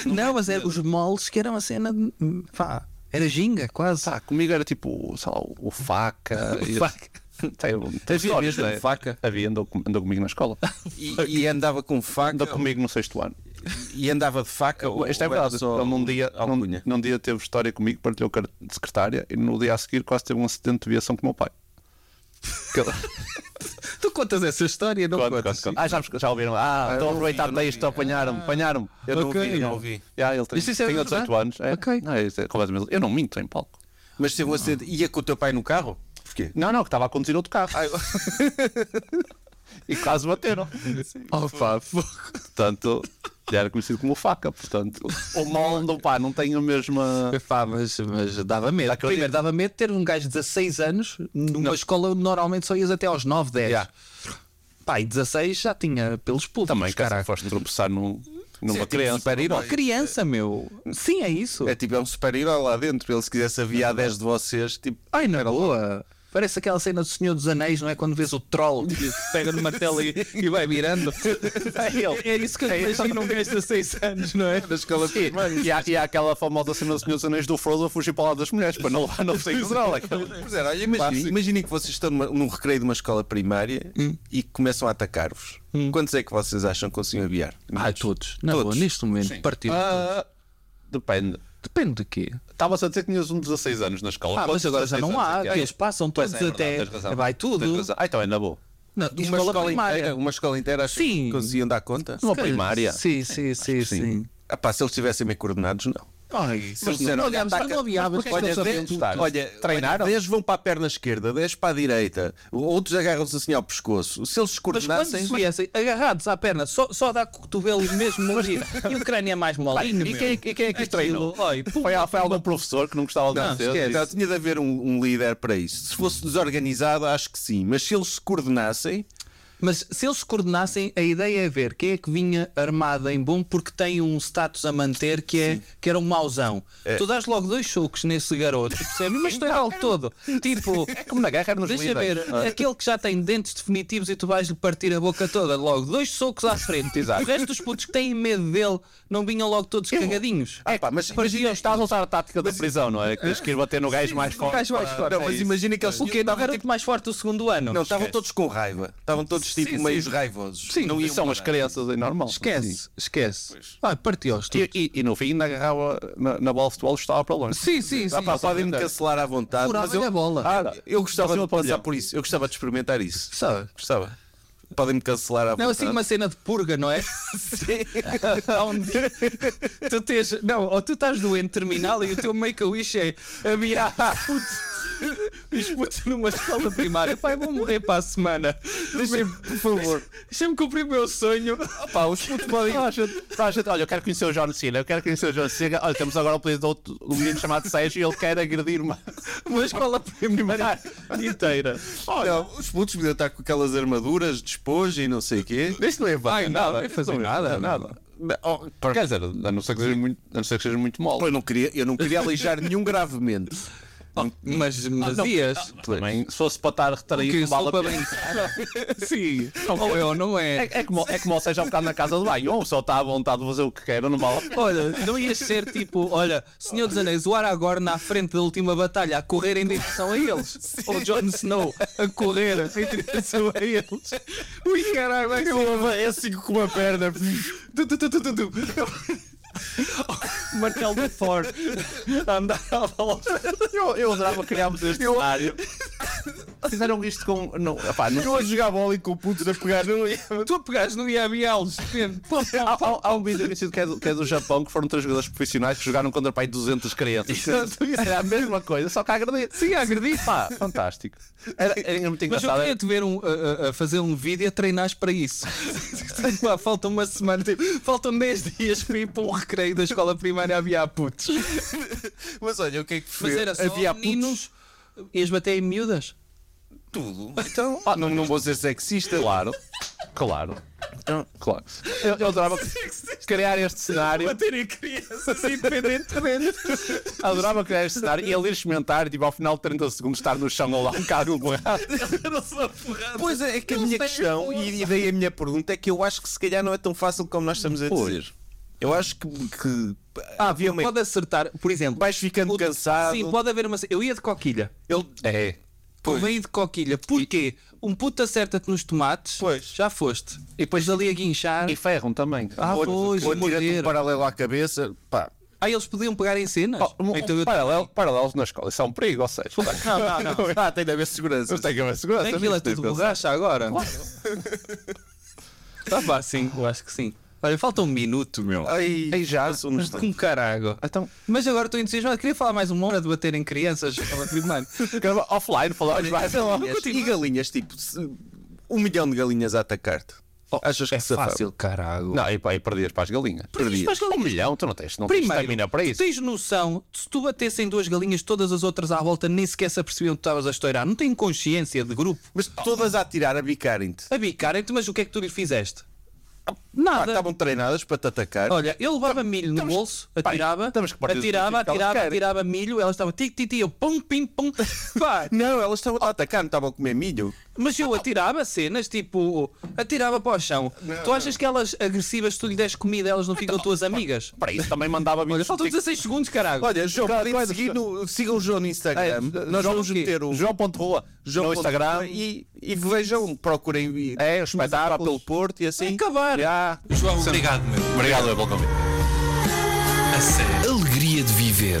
[SPEAKER 5] Não, mas é os moles que eram a cena. de- Pá, Era ginga, quase.
[SPEAKER 6] Tá, comigo era tipo, sei lá, o faca. e-
[SPEAKER 5] Faca.
[SPEAKER 6] Tem, um-
[SPEAKER 3] Havia
[SPEAKER 6] tem histórias,
[SPEAKER 3] mesmo
[SPEAKER 6] né?
[SPEAKER 3] faca?
[SPEAKER 6] Havia, andou, com- andou comigo na escola.
[SPEAKER 3] E, e andava com faca
[SPEAKER 6] Andou comigo no sexto ano.
[SPEAKER 3] e andava de faca. ou-
[SPEAKER 6] Isto é
[SPEAKER 3] ou era
[SPEAKER 6] verdade.
[SPEAKER 3] só
[SPEAKER 6] Ele num dia, num,
[SPEAKER 3] alcunha?
[SPEAKER 6] num dia teve história comigo, partilhou carta de secretária e no dia a seguir quase teve um acidente de viação com o meu pai. Que ele-
[SPEAKER 5] Tu contas essa história, não
[SPEAKER 6] Conto,
[SPEAKER 5] contas?
[SPEAKER 6] conto, conto. Ah, já, já ouviram? Ah, estou a aproveitar texto, apanharam-me, apanharam-me. Eu
[SPEAKER 5] Ok.
[SPEAKER 3] Ah. Não ouvi.
[SPEAKER 6] Já, ele tem,
[SPEAKER 5] Isto é
[SPEAKER 6] tem
[SPEAKER 5] verdade?
[SPEAKER 6] 18 anos. É.
[SPEAKER 5] Ok.
[SPEAKER 6] Não, isto é completamente- eu não minto em palco.
[SPEAKER 3] Mas teve um acidente. Ia com o teu pai no carro? Porquê? Ah,
[SPEAKER 6] Não, não, que estava a conduzir outro carro. e quase bateram.
[SPEAKER 5] Oh, pá, fogo.
[SPEAKER 6] Portanto, já era conhecido como faca. Portanto, o mal não, pá, não tem a mesma.
[SPEAKER 5] Pá, mas, mas dava medo.
[SPEAKER 6] Acredito.
[SPEAKER 5] Primeiro, dava medo ter um gajo de 16 anos numa escola onde normalmente só ias até aos 9, 10.
[SPEAKER 6] Yeah.
[SPEAKER 5] Pá, e 16 já tinha pelos pulsos.
[SPEAKER 6] Também, cara,
[SPEAKER 5] caraca.
[SPEAKER 6] foste tropeçar num,
[SPEAKER 3] é
[SPEAKER 6] numa criança.
[SPEAKER 5] Uma criança, meu. Sim, é isso.
[SPEAKER 3] tipo um É tipo, é um super-herói lá dentro. Ele se quisesse aviar
[SPEAKER 6] É
[SPEAKER 3] 10 de vocês, tipo,
[SPEAKER 5] Ai, na boa. Parece aquela cena do Senhor dos Anéis, não é? Quando vês o troll que pega no martelo e, e vai virando. É, é isso que eu imagino um gajo de 6 anos, não é?
[SPEAKER 6] Da escola primária. E, há, e há aquela famosa cena do Senhor dos Anéis do Frodo a fugir para lá das mulheres, para não levar no seio dela.
[SPEAKER 3] Pois era, olha, imaginem, imaginem que vocês estão numa- num recreio de uma escola primária e começam a atacar-vos. Quantos é que vocês acham que conseguem aviar?
[SPEAKER 5] Ah, todos. Na boa,
[SPEAKER 3] Todos.
[SPEAKER 5] neste momento, partiu.
[SPEAKER 6] Ah, depende.
[SPEAKER 5] Depende de quê?
[SPEAKER 6] Estavas a dizer que tinhas um 16 anos na escola.
[SPEAKER 5] Ah, mas
[SPEAKER 6] Quantos
[SPEAKER 5] agora já
[SPEAKER 6] 16
[SPEAKER 5] não
[SPEAKER 6] anos
[SPEAKER 5] há,
[SPEAKER 6] é que
[SPEAKER 5] que eles passam
[SPEAKER 6] Pois
[SPEAKER 5] todos
[SPEAKER 6] é, é verdade,
[SPEAKER 5] até.
[SPEAKER 6] tens razão.
[SPEAKER 5] Vai
[SPEAKER 6] Tens
[SPEAKER 5] tudo.
[SPEAKER 6] razão. Ah, então é na boa.
[SPEAKER 5] Na,
[SPEAKER 3] E
[SPEAKER 5] escola, primária.
[SPEAKER 3] inteira- uma escola inteira acham
[SPEAKER 5] Sim.
[SPEAKER 3] que conseguiam dar conta?
[SPEAKER 6] Numa primária.
[SPEAKER 5] Sim, sim, sim, sim.
[SPEAKER 3] Ah, pá, se eles estivessem bem coordenados, não.
[SPEAKER 5] Ai,
[SPEAKER 3] Eles disseram,
[SPEAKER 5] olha, mas é
[SPEAKER 3] ataca-
[SPEAKER 5] não aviava,
[SPEAKER 3] Mas olha, dez- olha,
[SPEAKER 6] Treinaram?
[SPEAKER 3] olha, 10 vão para a perna esquerda, 10 para a direita, outros agarram-se assim ao pescoço. Se eles se
[SPEAKER 5] Mas quando
[SPEAKER 3] coordenassem,
[SPEAKER 5] se viessem agarrados à perna, só, só dá com o cotovelo mesmo no dia. E o crânio é mais molinho.
[SPEAKER 6] E quem, e quem é que
[SPEAKER 5] Aquilo,
[SPEAKER 6] os treinou?
[SPEAKER 5] olha, pum,
[SPEAKER 6] Foi, foi algum professor que não gostava de
[SPEAKER 3] Não,
[SPEAKER 6] vocês?
[SPEAKER 3] esquece,
[SPEAKER 6] Disse,
[SPEAKER 3] tinha de haver um, um líder para isso. Se fosse desorganizado, acho que sim. Mas se eles se coordenassem,
[SPEAKER 5] Mas se eles se coordenassem, a ideia é ver quem é que vinha armado em bom porque tem um status a manter que, é, que era um mauzão. Tu dás logo dois chocos nesse garoto, percebes? Mas tu é algo todo. Tipo,
[SPEAKER 6] Como na guerra, nos
[SPEAKER 5] Deixa
[SPEAKER 6] líderes.
[SPEAKER 5] ver, aquele que já tem dentes definitivos e tu vais-lhe partir a boca toda, logo dois socos à frente.
[SPEAKER 6] Exato.
[SPEAKER 5] O resto dos putos que têm medo dele não vinham logo todos cagadinhos.
[SPEAKER 3] Ah, pá,
[SPEAKER 6] É
[SPEAKER 3] mas
[SPEAKER 5] parecia os
[SPEAKER 6] Estás a usar a tática da prisão, não é? Que tens que ir bater no gajo mais forte. Ah,
[SPEAKER 3] não,
[SPEAKER 5] é
[SPEAKER 3] mas imagina que eles
[SPEAKER 5] O quê? Não
[SPEAKER 3] estavam,
[SPEAKER 5] era o
[SPEAKER 3] tipo-
[SPEAKER 5] mais forte do segundo ano?
[SPEAKER 3] não, tá estavam todos com raiva. Estavam todos tipo
[SPEAKER 5] Sim,
[SPEAKER 3] meio
[SPEAKER 5] sim.
[SPEAKER 3] raivosos.
[SPEAKER 5] Sim,
[SPEAKER 3] não iam
[SPEAKER 6] São as
[SPEAKER 3] parar.
[SPEAKER 6] crianças, é normal.
[SPEAKER 5] Esquece, esquece. Vai, partiu-os
[SPEAKER 6] E,
[SPEAKER 5] tu.
[SPEAKER 6] e- e no fim, ainda agarrava na, na bola de futebol, estava para longe.
[SPEAKER 5] Sim, sim, sim.
[SPEAKER 6] Ah, pá, podem-me cancelar.
[SPEAKER 3] Cancelar à vontade.
[SPEAKER 5] Furava-lhe
[SPEAKER 3] Mas eu,
[SPEAKER 5] a bola.
[SPEAKER 3] Ah, eu gostava
[SPEAKER 6] Assim,
[SPEAKER 3] de
[SPEAKER 6] ao pavilhão.
[SPEAKER 3] passar por isso. Eu gostava de experimentar isso.
[SPEAKER 5] Sabe?
[SPEAKER 3] Gostava. Podem-me cancelar à vontade.
[SPEAKER 5] Não, assim uma cena de purga, não é? Onde tu tens. Não, ou tu estás doente terminal e o teu make-a-wish é a virar puto, os putos numa escola primária. Pai, vou morrer para a semana. Deixa-me, por favor. Deixa-me cumprir o meu sonho.
[SPEAKER 6] Pá, os putos podem. Ah, gente, ah, gente, olha, eu quero conhecer o John Cena, eu quero conhecer o John Cena. Olha, temos agora o pedido de outro um menino chamado Sérgio e ele quer agredir-me
[SPEAKER 5] Uma escola primária.
[SPEAKER 6] inteira. Olha,
[SPEAKER 3] Não, os putos podiam estar com aquelas armaduras de esponja e não sei o quê.
[SPEAKER 6] isto não é
[SPEAKER 5] Ai, não, não é fazer nada,
[SPEAKER 6] nada. Quer dizer, a não ser que seja muito, a não ser que seja muito mole.
[SPEAKER 3] Eu não queria, eu não queria aleijar nenhum gravemente.
[SPEAKER 5] Mas, mas ias.
[SPEAKER 6] Também, se fosse para estar retraído,
[SPEAKER 5] Que
[SPEAKER 6] não vale
[SPEAKER 5] sou
[SPEAKER 6] a
[SPEAKER 5] para
[SPEAKER 6] pena.
[SPEAKER 5] brincar. Sim. Ou é ou não é.
[SPEAKER 6] É, é como, é como seja um bocado na casa de banho, ou só está à vontade de fazer o que quer, não vale a pena.
[SPEAKER 5] Olha, não ias ser tipo, olha, Senhor dos Anéis, o Aragorn na frente da última batalha a correr em direção a eles. Ou Jon Snow a correr em direção a eles. Ui, caralho, vai ser. É assim com uma perna. Tu, tu, tu, tu, tu, tu. Martelo de Thor a andar à volta.
[SPEAKER 6] Eu, eu adorava criarmos este cenário. Fizeram isto com. Não, epá, não-
[SPEAKER 3] a jogar bola e com putos a pegar no
[SPEAKER 5] Tu a pegares no IABLs.
[SPEAKER 6] Há, há- há um vídeo conhecido que é, do, que é do Japão que foram três jogadores profissionais que jogaram contra pai 200 crianças. Portanto, isso Era a mesma coisa, só que a agredir. Sim, a agredir. Pá, fantástico. Era, era muito
[SPEAKER 5] Mas eu
[SPEAKER 6] engraçado.
[SPEAKER 5] queria te ver um, a, a- a fazer um vídeo e a treinares para isso. Pá, falta uma semana, tipo, faltam 10 dias para ir para um recreio da escola primária a aviar putos.
[SPEAKER 3] Mas olha, o que é que
[SPEAKER 5] Mas era só
[SPEAKER 3] Havia putos-
[SPEAKER 5] meninos. Ias bater em miúdas?
[SPEAKER 3] tudo.
[SPEAKER 6] Então, ah,
[SPEAKER 3] Não, não vou ser sexista.
[SPEAKER 6] claro, claro. Claro. Eu, eu adorava criar este cenário.
[SPEAKER 5] Terem crianças independentemente.
[SPEAKER 6] Adorava criar este cenário e ele ir experimentar e, tipo, ao final de 30 segundos, estar no chão ou lá um bocado borrado.
[SPEAKER 3] Pois é, é que a
[SPEAKER 5] Não
[SPEAKER 3] minha
[SPEAKER 5] sei.
[SPEAKER 3] questão e e daí a minha pergunta é que eu acho que se calhar não é tão fácil como nós estamos a dizer. Eu acho que, que
[SPEAKER 5] Ah, havia uma... Pode acertar, por exemplo.
[SPEAKER 3] Vais ficando cansado.
[SPEAKER 5] Sim, pode haver uma. Eu ia de coquilha.
[SPEAKER 3] ele é.
[SPEAKER 5] Convém ir de coquilha. Porquê? Um puto acerta-te nos tomates.
[SPEAKER 3] Pois.
[SPEAKER 5] Já foste. E depois ali a guinchar.
[SPEAKER 6] E ferram também.
[SPEAKER 5] Ah, pois,
[SPEAKER 3] Ou tira-te um
[SPEAKER 5] morder.
[SPEAKER 3] paralelo à cabeça, pá.
[SPEAKER 5] Ah, eles podiam pegar em cenas?
[SPEAKER 6] Oh, um-
[SPEAKER 5] então
[SPEAKER 6] um
[SPEAKER 5] eu
[SPEAKER 6] paralelo, paralelos na escola, isso é um perigo, ou seja,
[SPEAKER 3] Não, não, não. Ah, tem de haver segurança.
[SPEAKER 6] não tem que haver segurança.
[SPEAKER 5] Tem aquilo é
[SPEAKER 6] nisto,
[SPEAKER 5] tudo
[SPEAKER 6] tipo,
[SPEAKER 5] borracha agora. tá pá, sim, eu acho que sim. Olha, falta um minuto, meu.
[SPEAKER 3] Ai, Ai, já.
[SPEAKER 5] Mas com carago.
[SPEAKER 6] Então,
[SPEAKER 5] Mas agora estou entusiasmado. Queria falar mais uma hora de bater em crianças. Estava primeiro.
[SPEAKER 6] grava offline, falamos mais.
[SPEAKER 3] E galinhas, tipo, se- um milhão de galinhas a atacar-te. Achas que
[SPEAKER 5] É
[SPEAKER 3] se
[SPEAKER 5] fácil, carago.
[SPEAKER 6] Não, e, pá, e perdias para as galinhas.
[SPEAKER 5] Perdias para as galinhas.
[SPEAKER 6] Um milhão, tu não tens, não tens
[SPEAKER 5] Primeiro,
[SPEAKER 6] estamina para
[SPEAKER 5] tu
[SPEAKER 6] isso.
[SPEAKER 5] tens noção de se tu batessem duas galinhas, todas as outras à volta nem sequer se apercebiam que tu estavas a estourar. Não têm consciência de grupo.
[SPEAKER 3] Mas todas a atirar, a bicarem-te.
[SPEAKER 5] A bicarem-te, mas o que é que tu lhe fizeste? Nada.
[SPEAKER 3] Ah, Estavam treinadas para te atacar.
[SPEAKER 5] Olha, eu levava
[SPEAKER 6] Então,
[SPEAKER 5] milho no bolso, atirava,
[SPEAKER 6] temos que partir do
[SPEAKER 5] atirava,
[SPEAKER 6] princípio que elas
[SPEAKER 5] atirava,
[SPEAKER 6] querem.
[SPEAKER 5] atirava milho, elas estavam tic, tic, tic, eu pum, pim, pum. Pá,
[SPEAKER 3] Não, elas estavam a atacar, não estavam a comer milho.
[SPEAKER 5] mas eu atirava cenas, tipo, atirava para o chão. tu achas que elas agressivas, se tu lhe des comida, elas não
[SPEAKER 6] Então,
[SPEAKER 5] ficam tuas amigas?
[SPEAKER 6] Para isso também mandava
[SPEAKER 5] Olha,
[SPEAKER 6] vídeos.
[SPEAKER 5] faltam 16 segundos, caralho.
[SPEAKER 3] Olha, João,
[SPEAKER 6] Claro,
[SPEAKER 3] podem
[SPEAKER 6] claro.
[SPEAKER 3] seguir no, sigam o João no Instagram.
[SPEAKER 6] É,
[SPEAKER 3] Nós
[SPEAKER 5] João
[SPEAKER 3] vamos
[SPEAKER 5] o quê?
[SPEAKER 3] meter o
[SPEAKER 6] João Ponte Rua,
[SPEAKER 3] João
[SPEAKER 6] no
[SPEAKER 3] ponto
[SPEAKER 6] Instagram.
[SPEAKER 3] E, e vejam, procurem e-
[SPEAKER 6] É, os
[SPEAKER 3] passar
[SPEAKER 6] espetáculos.
[SPEAKER 3] pelo Porto e assim.
[SPEAKER 5] Vai acabar.
[SPEAKER 3] Já.
[SPEAKER 2] João, obrigado, meu.
[SPEAKER 6] Obrigado, eu pelo convite.
[SPEAKER 2] A sério. Alegria de viver.